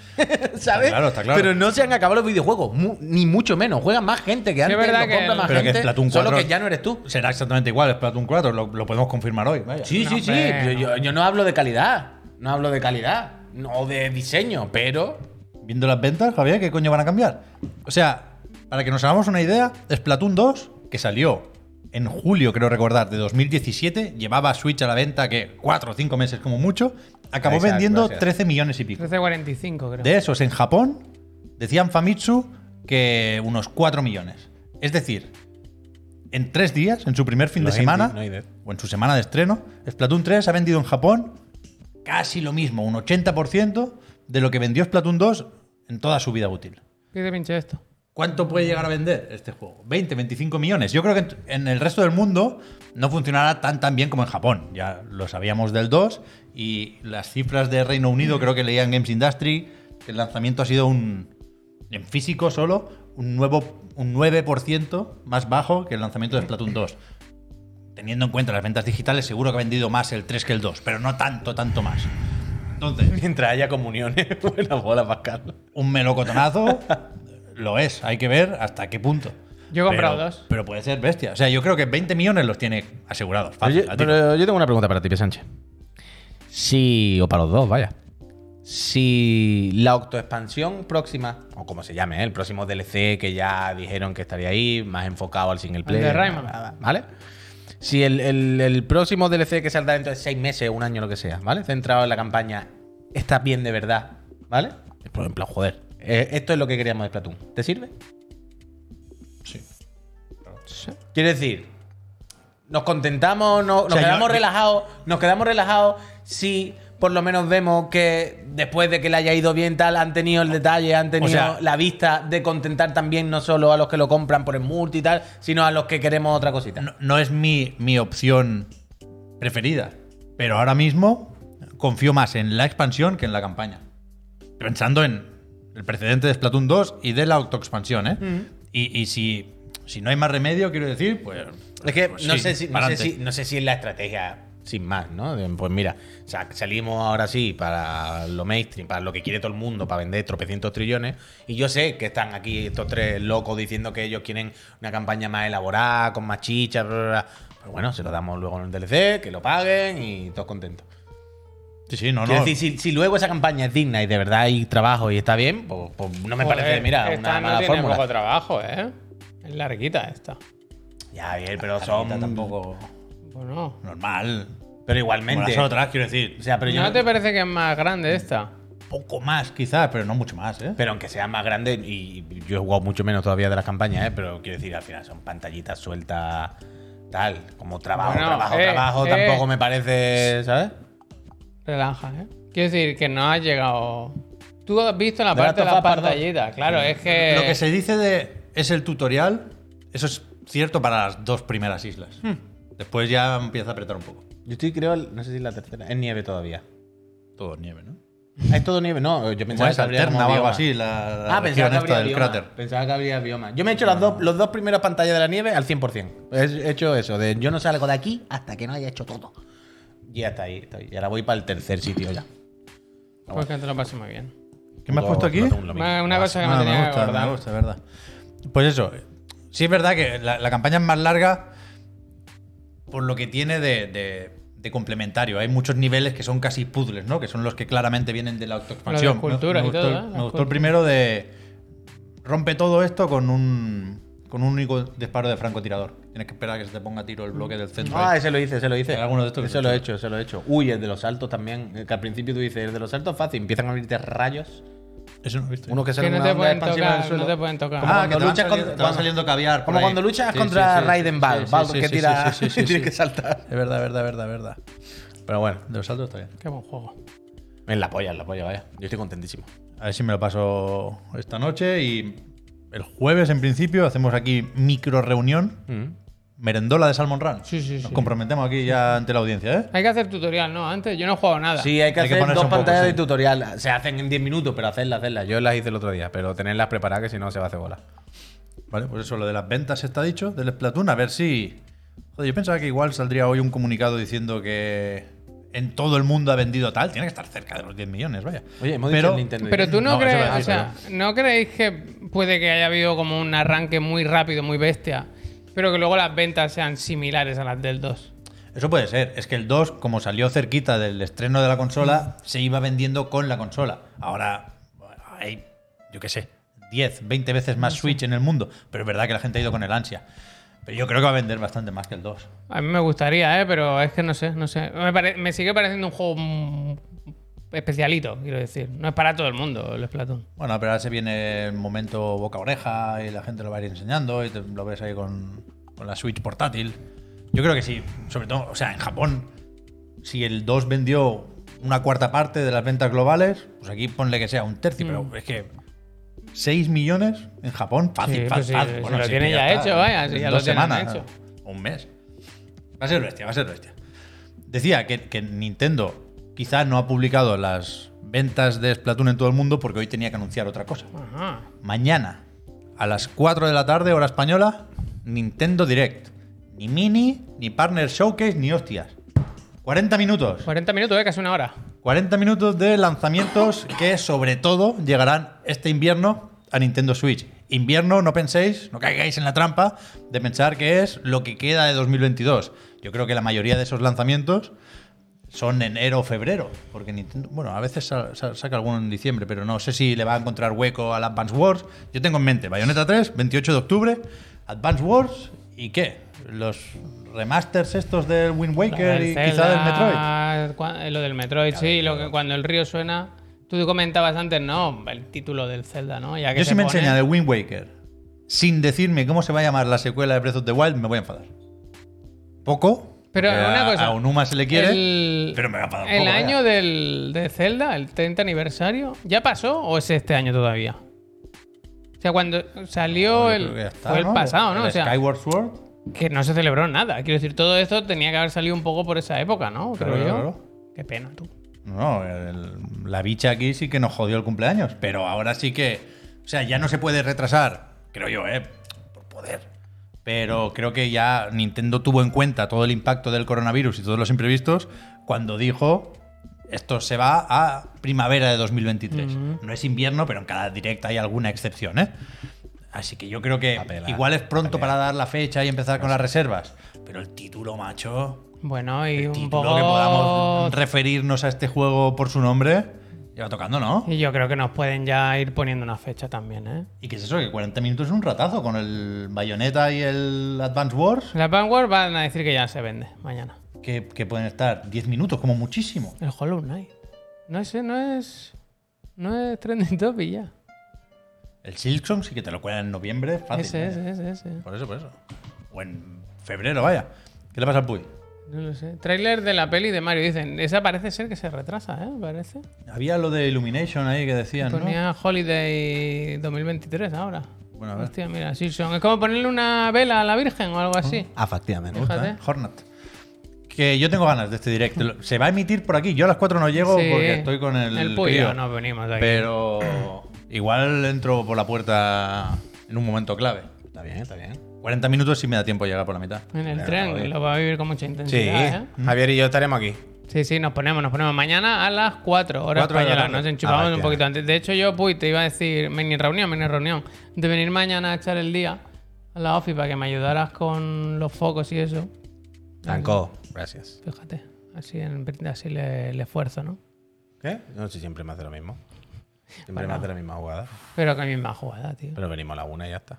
Speaker 3: ¿sabes?
Speaker 2: claro, está claro.
Speaker 3: Pero no se han acabado los videojuegos, mu- ni mucho menos, juegan más gente que antes,
Speaker 1: es verdad
Speaker 3: lo
Speaker 1: que
Speaker 3: compra
Speaker 1: el-
Speaker 3: más
Speaker 2: Pero que
Speaker 3: gente,
Speaker 2: Splatoon
Speaker 3: solo
Speaker 2: 4
Speaker 3: que ya no eres tú.
Speaker 2: Será exactamente igual, Splatoon 4, lo, lo podemos confirmar hoy. vaya.
Speaker 3: Sí, sí, sí.
Speaker 1: hombre,
Speaker 3: Yo, yo- yo no hablo de calidad. No hablo de calidad. No de diseño, pero.
Speaker 2: Viendo las ventas, Javier, ¿qué coño van a cambiar? O sea, para que nos hagamos una idea, Splatoon 2, que salió en julio, creo recordar, de 2017, llevaba Switch a la venta que 4 o 5 meses como mucho, acabó
Speaker 3: Exacto,
Speaker 2: vendiendo
Speaker 3: gracias.
Speaker 2: 13 millones y pico.
Speaker 1: 13.45, creo.
Speaker 2: De esos en Japón, decían Famitsu que unos 4 millones. Es decir, en 3 días, en su primer fin
Speaker 3: No
Speaker 2: de
Speaker 3: hay
Speaker 2: semana,
Speaker 3: di- no hay de-
Speaker 2: o en su semana de estreno, Splatoon 3 ha vendido en Japón casi lo mismo, un 80% de lo que vendió Splatoon 2 en toda su vida útil.
Speaker 1: Pide pinche esto.
Speaker 2: ¿Cuánto puede llegar a vender este juego? 20, 25 millones. Yo creo que en- en el resto del mundo no funcionará tan tan bien como en Japón. Ya lo sabíamos del 2 y las cifras de Reino Unido, creo que leían Games Industry, que el lanzamiento ha sido un en físico solo un nuevo un 9% más bajo que el lanzamiento de Splatoon 2. Teniendo en cuenta las ventas digitales, seguro que ha vendido más el 3 que el 2, pero no tanto, tanto más. Entonces,
Speaker 3: Mientras haya comuniones, buenas bolas, Pascal.
Speaker 2: un melocotonazo lo es. Hay que ver hasta qué punto.
Speaker 1: Yo he comprado
Speaker 2: Pero-
Speaker 1: dos.
Speaker 2: Pero puede ser bestia. O sea, yo creo que 20 millones los tiene asegurados. fácil,
Speaker 3: Pero yo,
Speaker 2: a tiro.
Speaker 3: pero yo tengo una pregunta para ti, Pia Sánchez. Si. O para los dos, vaya. Si la autoexpansión próxima, o como se llame, ¿eh? el próximo DLC que ya dijeron que estaría ahí, más enfocado al single player.
Speaker 1: de Rayman.
Speaker 3: bla, bla, bla, ¿Vale? Si el, el- el próximo DLC que saldrá dentro de seis meses, un año, lo que sea, ¿vale? Centrado en la campaña, está bien de verdad, ¿vale? Por ejemplo, joder. eh, esto es lo que queríamos de Platón. ¿Te sirve?
Speaker 2: Sí.
Speaker 3: Quiero decir, nos contentamos, no- nos
Speaker 2: O sea,
Speaker 3: quedamos
Speaker 2: yo-
Speaker 3: relajados, nos quedamos relajados si por lo menos vemos que después de que le haya ido bien tal, han tenido el detalle, han tenido
Speaker 2: sea-
Speaker 3: la vista de contentar también no solo a los que lo compran por el multi y tal, sino a los que queremos otra cosita.
Speaker 2: No, no es mi, mi opción preferida. Pero ahora mismo confío más en la expansión que en la campaña. Pensando en el precedente de Splatoon 2 y de la autoexpansión, ¿eh?
Speaker 1: Mm.
Speaker 2: Y, y si, si no hay más remedio, quiero decir, pues.
Speaker 3: Es que
Speaker 2: pues
Speaker 3: no,
Speaker 2: sí,
Speaker 3: sé si, no, sé
Speaker 2: pa'lante.
Speaker 3: si, no sé si es la estrategia sin más, ¿no? De, Pues mira, o sea, salimos ahora sí para lo mainstream, para lo que quiere todo el mundo, para vender tropecientos trillones. Y yo sé que están aquí estos tres locos diciendo que ellos quieren una campaña más elaborada, con más chicha, bla, bla, bla. Pero bueno, se lo damos luego en el DLC, que lo paguen y todos contentos.
Speaker 2: Sí, sí, no, no.
Speaker 3: Quiero decir, si, si luego esa campaña es digna y de verdad hay trabajo y está bien, pues, pues no me parece,
Speaker 1: Joder,
Speaker 3: mira,
Speaker 1: esta
Speaker 3: una
Speaker 1: no
Speaker 3: mala
Speaker 1: tiene poco
Speaker 3: fórmula.
Speaker 1: trabajo, ¿eh? Es larguita esta.
Speaker 3: Ya, bien, pero
Speaker 2: La
Speaker 3: son.
Speaker 2: mitad tampoco
Speaker 1: Bueno.
Speaker 2: normal. Como
Speaker 3: Pero igualmente.
Speaker 2: las otras, quiero decir.
Speaker 3: O sea, pero yo
Speaker 1: ¿No te parece que es más grande esta?
Speaker 2: poco más quizás, pero no mucho más, ¿eh?
Speaker 3: Pero aunque sea más grande, y yo he jugado mucho menos todavía de las campañas, ¿eh? pero quiero decir, al final son pantallitas sueltas, tal, como trabajo,
Speaker 1: Bueno,
Speaker 3: trabajo,
Speaker 1: eh,
Speaker 3: trabajo,
Speaker 1: eh.
Speaker 3: tampoco me parece, ¿sabes?
Speaker 1: Relaja, ¿eh? Quiero decir que no has llegado. Tú has visto la
Speaker 3: The
Speaker 1: parte de
Speaker 3: Last
Speaker 1: la
Speaker 3: of Us Part Dos.
Speaker 1: pantallita, claro, es que.
Speaker 2: Lo que se dice de es el tutorial, eso es cierto para las dos primeras islas.
Speaker 3: Hmm.
Speaker 2: Después ya empieza a apretar un poco.
Speaker 3: Yo estoy, creo, el- no sé si es la tercera, es nieve todavía.
Speaker 2: Todo es nieve, ¿no?
Speaker 3: Ah, Es todo nieve, no, yo
Speaker 2: Como
Speaker 3: pensaba
Speaker 2: es
Speaker 3: que habría como
Speaker 2: alterna o algo
Speaker 3: bioma.
Speaker 2: así, la, la
Speaker 3: Ah, pensaba
Speaker 2: región
Speaker 3: que,
Speaker 2: esta
Speaker 3: habría
Speaker 2: del
Speaker 3: bioma.
Speaker 2: cráter.
Speaker 3: pensaba que habría bioma. Yo me he hecho las dos, los dos primeras pantallas de la nieve al 100%. He hecho eso, de yo no salgo de aquí hasta que no haya hecho todo. Y hasta ahí estoy. Y ahora voy para el tercer sitio ya.
Speaker 1: Pues que te lo pases muy bien.
Speaker 2: ¿Qué me has puesto aquí?
Speaker 3: No tengo un lomito.
Speaker 1: Una cosa que me
Speaker 2: Ah,
Speaker 1: tenía que
Speaker 2: gusta,
Speaker 1: acordar.
Speaker 2: me gusta, verdad. Pues eso, sí es verdad que la, la campaña es más larga por lo que tiene de, de- de complementario. Hay muchos niveles que son casi puzzles, ¿no? Que son los que claramente vienen de la autoexpansión.
Speaker 1: Lo de cultura
Speaker 2: me, me
Speaker 1: y
Speaker 2: gustó,
Speaker 1: todo, ¿eh?
Speaker 2: me
Speaker 1: Las
Speaker 2: gustó el
Speaker 1: culturas.
Speaker 2: primero de rompe todo esto con un con un único disparo de francotirador. Tienes que esperar a que se te ponga a tiro el bloque del centro.
Speaker 3: Ah,
Speaker 2: ahí.
Speaker 3: ese lo hice, se lo hice.
Speaker 2: Hay alguno de estos que
Speaker 3: Ese
Speaker 2: se
Speaker 3: lo he hecho, se lo he hecho. Uy, el de los saltos también. eh, Que al principio tú dices, el de los saltos fácil. Empiezan a abrirte rayos.
Speaker 2: Eso no lo he visto.
Speaker 3: Ah, Uno que
Speaker 1: Que
Speaker 3: sale
Speaker 1: no
Speaker 3: una
Speaker 1: te
Speaker 3: onda
Speaker 1: pueden
Speaker 3: expansiva
Speaker 1: tocar,
Speaker 3: del suelo.
Speaker 1: no te pueden tocar.
Speaker 3: Como
Speaker 1: Ah,
Speaker 2: te
Speaker 3: cuando
Speaker 2: van
Speaker 3: luchas
Speaker 2: saliendo-
Speaker 3: contra-
Speaker 2: te van saliendo caviar. por
Speaker 3: Como
Speaker 2: ahí.
Speaker 3: cuando luchas
Speaker 2: Sí,
Speaker 3: contra
Speaker 2: sí, sí,
Speaker 3: Raiden
Speaker 2: sí,
Speaker 3: Ball,
Speaker 2: sí,
Speaker 3: Ball
Speaker 2: sí,
Speaker 3: que
Speaker 2: sí,
Speaker 3: tira
Speaker 2: sí, sí, sí,
Speaker 3: y tienes
Speaker 2: sí.
Speaker 3: que saltar.
Speaker 2: Es verdad, verdad, verdad, verdad.
Speaker 3: Pero bueno,
Speaker 2: De los saltos está bien.
Speaker 1: Qué buen juego.
Speaker 3: en la polla, en la polla, vaya. Yo estoy contentísimo.
Speaker 2: A ver si me lo paso esta noche y el jueves, en principio, hacemos aquí micro reunión.
Speaker 3: Mm.
Speaker 2: Merendola de Salmon Run.
Speaker 1: Sí, sí,
Speaker 2: Nos
Speaker 1: sí.
Speaker 2: comprometemos aquí ya ante la audiencia, ¿eh?
Speaker 1: Hay que hacer tutorial, ¿no? Antes yo no he jugado nada.
Speaker 3: Sí, hay que
Speaker 2: Hay que
Speaker 3: hacer
Speaker 2: ponerse
Speaker 3: dos
Speaker 2: un poco,
Speaker 3: pantallas
Speaker 2: sí.
Speaker 3: de tutorial. Se hacen en 10 minutos, pero hacerlas, hacerlas. Yo las hice el otro día, pero tenerlas preparadas que si no se va a hacer bola.
Speaker 2: Vale, pues eso, lo de las ventas está dicho, del Splatoon, a ver si... Joder, yo pensaba que igual saldría hoy un comunicado diciendo que en todo el mundo ha vendido tal. Tiene que estar cerca de los 10 millones, vaya.
Speaker 3: Oye, hemos
Speaker 2: Pero-
Speaker 3: dicho Nintendo.
Speaker 1: Pero tú no,
Speaker 2: No, eso
Speaker 1: crees,
Speaker 2: iba a
Speaker 1: o
Speaker 2: decir,
Speaker 1: sea, ¿no creéis que puede que haya habido como un arranque muy rápido, muy bestia, pero que luego las ventas sean similares a las del 2?
Speaker 2: Eso puede ser. Es que el 2, como salió cerquita del estreno de la consola, se iba vendiendo con la consola. Ahora bueno, hay, yo qué sé, 10, 20 veces más Switch en el mundo. Pero es verdad que la gente ha ido con el ansia. Pero yo creo que va a vender bastante más que el 2.
Speaker 1: A mí me gustaría, ¿eh? pero es que no sé, no sé. Me, pare- me sigue pareciendo un juego mm, especialito, quiero decir. No es para todo el mundo el Splatoon.
Speaker 2: Bueno, pero ahora se viene el momento boca a oreja y la gente lo va a ir enseñando y te- lo ves ahí con, con la Switch portátil. Yo creo que sí, sobre todo, o sea, en Japón, si el 2 vendió una cuarta parte de las ventas globales, pues aquí ponle que sea un tercio, pero es que 6 millones en Japón, fácil,
Speaker 1: Sí,
Speaker 2: fácil,
Speaker 1: pues sí,
Speaker 2: fácil.
Speaker 1: si
Speaker 2: Bueno,
Speaker 1: lo
Speaker 2: sí,
Speaker 1: tienen
Speaker 2: que
Speaker 1: ya
Speaker 2: está,
Speaker 1: hecho, vaya,
Speaker 2: en
Speaker 1: si ya
Speaker 2: dos
Speaker 1: lo tienen
Speaker 2: semanas,
Speaker 1: hecho.
Speaker 2: ¿no? Un mes. Va a ser bestia, va a ser bestia. Decía que, que Nintendo quizá no ha publicado las ventas de Splatoon en todo el mundo porque hoy tenía que anunciar otra cosa.
Speaker 1: Ajá.
Speaker 2: Mañana, a las 4 de la tarde, hora española, Nintendo Direct. Ni mini, ni partner showcase, ni hostias. 40 minutos.
Speaker 1: 40 minutos, ¿eh? casi una hora.
Speaker 2: 40 minutos de lanzamientos que sobre todo llegarán este invierno a Nintendo Switch. Invierno, no penséis, no caigáis en la trampa de pensar que es lo que queda de 2022. Yo creo que la mayoría de esos lanzamientos son enero o febrero, porque Nintendo, bueno, a veces sa- sa- saca alguno en diciembre, pero no sé si le va a encontrar hueco al Advance Wars. Yo tengo en mente Bayonetta 3, 28 de octubre, Advance Wars y qué? Los remasters estos del Wind Waker y quizá del Metroid.
Speaker 1: Metroid. eh, Lo del Metroid, sí, lo que cuando el río suena. Tú comentabas antes, no, el título del Zelda, ¿no? Ya que
Speaker 2: Yo
Speaker 1: se
Speaker 2: si me
Speaker 1: pone-
Speaker 2: enseña de Wind Waker sin decirme cómo se va a llamar la secuela de Breath of the Wild, me voy a enfadar. Poco.
Speaker 1: Pero
Speaker 2: porque a-
Speaker 1: una cosa.
Speaker 2: A Onuma se le quiere.
Speaker 1: el-
Speaker 2: pero me va a pagar
Speaker 1: El
Speaker 2: poco, vaya.
Speaker 1: año del, de Zelda, el 30 aniversario, ¿ya pasó o es este año todavía? O sea, cuando salió
Speaker 2: Yo creo
Speaker 1: el.
Speaker 2: que ya está,
Speaker 1: fue el pasado, ¿no?
Speaker 2: El
Speaker 1: o sea,
Speaker 2: Skyward Sword.
Speaker 1: que no se celebró nada. Quiero decir, todo esto tenía que haber salido un poco por esa época, ¿no?
Speaker 2: Claro,
Speaker 1: Creo yo.
Speaker 2: claro.
Speaker 1: Qué pena, tú.
Speaker 2: No, el- la bicha aquí sí que nos jodió el cumpleaños. Pero ahora sí que. O sea, ya no se puede retrasar. Creo yo, ¿eh? Por poder. Pero creo que ya Nintendo tuvo en cuenta todo el impacto del coronavirus y todos los imprevistos cuando dijo. Esto se va a primavera de 2023. No es invierno, pero en cada directa hay alguna excepción, ¿eh? Así que yo creo que
Speaker 3: Apela,
Speaker 2: igual es pronto para dar la fecha y empezar con las reservas. Pero el título, macho
Speaker 1: Bueno, y un
Speaker 2: título
Speaker 1: poco.
Speaker 2: que podamos referirnos a este juego por su nombre, lleva tocando, ¿no?
Speaker 1: Y yo creo que nos pueden ya ir poniendo una fecha también, ¿eh?
Speaker 2: ¿Y qué es eso? Que 40 minutos es un ratazo con el Bayonetta y el Advance Wars,
Speaker 1: La Vanguard van a decir que ya se vende mañana.
Speaker 2: que, que pueden estar 10 minutos como muchísimo.
Speaker 1: El Hollow Knight. No sé, no es. No es trending topic ya.
Speaker 2: El Silksong sí que te lo cuelan en noviembre, fácil.
Speaker 1: Ese,
Speaker 2: ¿eh?
Speaker 1: ese, ese, ese.
Speaker 2: Por eso, por eso. O en febrero, vaya. ¿Qué le pasa al Puy?
Speaker 1: No lo sé. Trailer de la peli de Mario, dicen. Esa parece ser que se retrasa, ¿eh? Parece.
Speaker 2: Había lo de Illumination ahí que decían, ¿no?
Speaker 1: Ponía Holiday 2023 ahora.
Speaker 2: Bueno, a ver.
Speaker 1: Hostia, mira, Silson. Es como ponerle una vela a la Virgen o algo así.
Speaker 3: Efectivamente.
Speaker 1: Fíjate.
Speaker 2: ¿Eh? Hornet. Que yo tengo ganas de este directo. Se va a emitir por aquí. Yo a las 4 no llego
Speaker 1: Sí.
Speaker 2: porque estoy con el.
Speaker 1: El Puy ah, y yo
Speaker 2: crío.
Speaker 1: nos venimos de aquí.
Speaker 2: Pero igual entro por la puerta en un momento clave.
Speaker 3: Está bien, está bien.
Speaker 2: 40 minutos sí me da tiempo llegar por la mitad.
Speaker 1: En el
Speaker 3: Venga,
Speaker 1: tren
Speaker 3: voy.
Speaker 1: lo va a vivir con mucha
Speaker 3: Sí,
Speaker 1: intensidad, ¿eh?
Speaker 3: Javier y yo estaremos aquí.
Speaker 1: Sí, sí, nos ponemos, nos ponemos mañana a las 4 horas
Speaker 2: Cuatro de la
Speaker 1: española.
Speaker 2: tarde.
Speaker 1: Nos enchufamos
Speaker 3: Ah,
Speaker 1: un poquito antes. De hecho, yo, Puy, te iba a decir, mini reunión, mini reunión, de venir mañana a echar el día a la office para que me ayudaras con los focos y eso.
Speaker 3: Franco, gracias.
Speaker 1: Fíjate, así, en, así le, le esfuerzo, ¿no?
Speaker 3: ¿Qué? No sé, siempre me hace lo mismo. Siempre me hace la misma jugada.
Speaker 1: Pero que misma jugada, tío.
Speaker 3: Pero venimos a la una y ya está.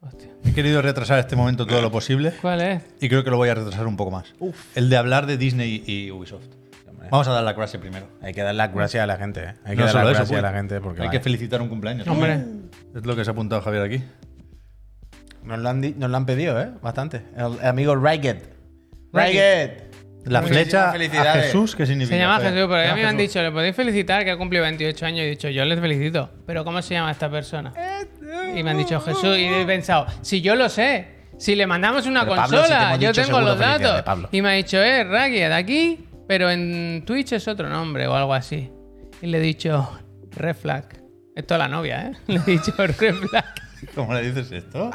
Speaker 1: Hostia.
Speaker 2: He querido retrasar este momento todo lo posible
Speaker 1: ¿Cuál es?
Speaker 2: y creo que lo voy a retrasar un poco más. El de hablar de Disney y Ubisoft. Vamos a dar la clase primero.
Speaker 3: Hay que dar las gracias a la gente, ¿eh? Hay que
Speaker 2: No
Speaker 3: dar
Speaker 2: solo
Speaker 3: las
Speaker 2: eso,
Speaker 3: gracias
Speaker 2: pues,
Speaker 3: a la gente porque
Speaker 2: hay
Speaker 3: vale.
Speaker 2: que felicitar un cumpleaños.
Speaker 1: Hombre.
Speaker 2: Es lo que se ha apuntado Javier aquí.
Speaker 3: nos, lo han di- nos lo han pedido, ¿eh? Bastante. El, el amigo Raiget. Raiget.
Speaker 2: La
Speaker 3: Muchísimas
Speaker 2: flecha a
Speaker 3: felicidades.
Speaker 2: Jesús, ¿qué significa?
Speaker 1: Se llama
Speaker 2: Javier?
Speaker 1: Jesús, porque
Speaker 2: Se
Speaker 1: a
Speaker 2: llama
Speaker 1: mí me han
Speaker 2: Jesús.
Speaker 1: dicho, le podéis felicitar que ha cumplido 28 años. Y he dicho, yo les felicito. Pero ¿cómo se llama esta persona? Y me han dicho Jesús. Y he pensado, si yo lo sé, si le mandamos una
Speaker 3: Pero Pablo,
Speaker 1: consola,
Speaker 3: sí te hemos
Speaker 1: yo
Speaker 3: dicho
Speaker 1: tengo los
Speaker 3: seguro felicidades,
Speaker 1: datos.
Speaker 3: Pablo.
Speaker 1: Y me ha dicho, eh, Ragged, aquí, pero en Twitch es otro nombre o algo así. Y le he dicho, Red Flag. Esto a la novia, ¿eh? Le he dicho Red Flag.
Speaker 2: ¿Cómo le dices esto?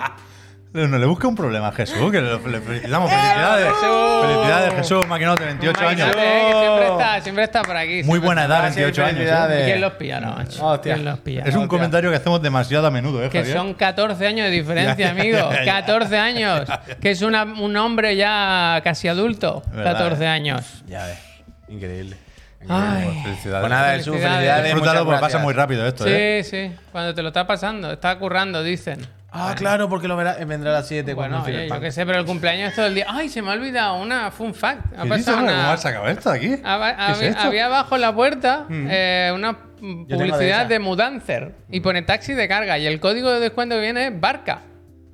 Speaker 2: No, no le busca un problema a Jesús, que le, le
Speaker 1: ¡Eh,
Speaker 2: felicitamos. Felicidades.
Speaker 1: Jesús!
Speaker 2: Felicidades, Jesús, maquinote, 28 años.
Speaker 1: Imagínate, eh, que siempre está, siempre está por aquí.
Speaker 2: Muy buena edad,
Speaker 3: Gracias y
Speaker 2: 28 años. ¿eh?
Speaker 3: felicidades.
Speaker 1: ¿Quién los pillará, macho?
Speaker 3: Hostia.
Speaker 1: ¿Quién los pillará?
Speaker 2: Es un
Speaker 3: Hostia.
Speaker 2: comentario que hacemos demasiado a menudo, ¿eh,
Speaker 1: Que
Speaker 2: Javier?
Speaker 1: son 14 años de diferencia,
Speaker 2: Ya, ya,
Speaker 1: amigo.
Speaker 2: ya, ya.
Speaker 1: 14 años. Que es una- un hombre ya casi adulto.
Speaker 2: Verdad,
Speaker 1: 14
Speaker 2: eh.
Speaker 1: años.
Speaker 3: Ya ves. Increíble.
Speaker 1: Ay.
Speaker 2: Felicidades.
Speaker 3: Pues nada, Jesús,
Speaker 1: Felicidades.
Speaker 3: felicidades.
Speaker 2: Disfrútalo
Speaker 3: muchas
Speaker 2: porque
Speaker 3: gracias.
Speaker 2: pasa muy rápido esto, ¿eh?
Speaker 1: Sí, sí. Cuando te lo está pasando. Está currando, dicen.
Speaker 3: Ah, claro, porque lo verá, eh, vendrá a las 7
Speaker 1: Bueno,
Speaker 3: cuando
Speaker 1: oye,
Speaker 3: el
Speaker 1: yo qué sé, pero el cumpleaños es todo el día. Ay, se me ha olvidado una fun fact. Ha
Speaker 2: ¿Qué dices?
Speaker 1: pasado
Speaker 2: ¿Cómo
Speaker 1: una...
Speaker 2: has sacado esto de aquí?
Speaker 1: Hab-
Speaker 2: ¿Qué es
Speaker 1: hab-
Speaker 2: esto?
Speaker 1: Había abajo en la puerta eh, una mm,
Speaker 3: tengo de
Speaker 1: publicidad
Speaker 3: esas.
Speaker 1: de, Mudancer y pone taxi de carga y el código de descuento que viene es barca.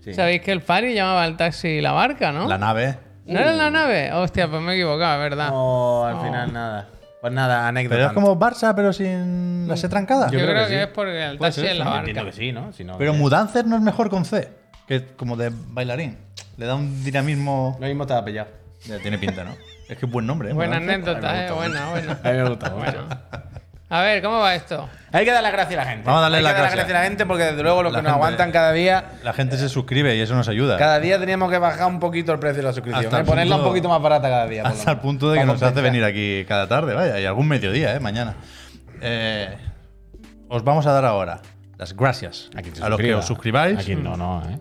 Speaker 3: Sí.
Speaker 1: Sabéis que el Fari llamaba al taxi la barca, ¿no?
Speaker 2: La nave.
Speaker 1: ¿No era la nave? Hostia, pues me he equivocado, es verdad.
Speaker 3: No, al final nada. Pues nada, anécdota.
Speaker 2: Pero es como Barça, pero sin la C trancada.
Speaker 1: Yo, creo,
Speaker 3: creo
Speaker 1: que,
Speaker 3: que
Speaker 1: es porque el
Speaker 2: Puede
Speaker 1: taxi
Speaker 2: ser,
Speaker 1: es la
Speaker 2: sí,
Speaker 1: barca.
Speaker 3: Entiendo que sí, ¿no? Si no
Speaker 2: Pero
Speaker 3: ¿qué?
Speaker 2: Mudancer no es mejor con C, que es como de bailarín. Le da un dinamismo.
Speaker 3: Lo mismo estaba pillado.
Speaker 2: Ya tiene pinta, ¿no? Es que es buen nombre, ¿eh?
Speaker 1: Buena
Speaker 2: Mudancer.
Speaker 1: anécdota, eh. Buena, buena.
Speaker 3: A mí me gusta mucho.
Speaker 1: Bueno. A ver, ¿cómo va esto?
Speaker 3: Hay que dar las gracias a la gente.
Speaker 2: Vamos a darle
Speaker 3: Hay que
Speaker 2: las
Speaker 3: dar las
Speaker 2: gracias.
Speaker 3: gracias a la gente porque desde luego los
Speaker 2: La
Speaker 3: que nos
Speaker 2: gente-
Speaker 3: aguantan cada día
Speaker 2: La gente se suscribe y eso nos ayuda.
Speaker 3: Cada día teníamos que bajar un poquito el precio de la suscripción.
Speaker 2: Hasta
Speaker 3: ¿eh?
Speaker 2: el
Speaker 3: Ponerla un
Speaker 2: punto-
Speaker 3: poquito más barata cada día. por lo
Speaker 2: Hasta el
Speaker 3: menos.
Speaker 2: punto de que
Speaker 3: Para
Speaker 2: nos hace
Speaker 3: compensar.
Speaker 2: venir aquí cada tarde, vaya, y algún mediodía, ¿eh? Mañana. Eh, os vamos a dar ahora las gracias
Speaker 3: A, quien se
Speaker 2: a, los que
Speaker 3: suscriba.
Speaker 2: os suscribáis.
Speaker 3: A quien no, no, ¿eh?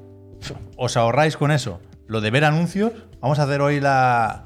Speaker 2: Os ahorráis con eso lo de ver anuncios. Vamos a hacer hoy la,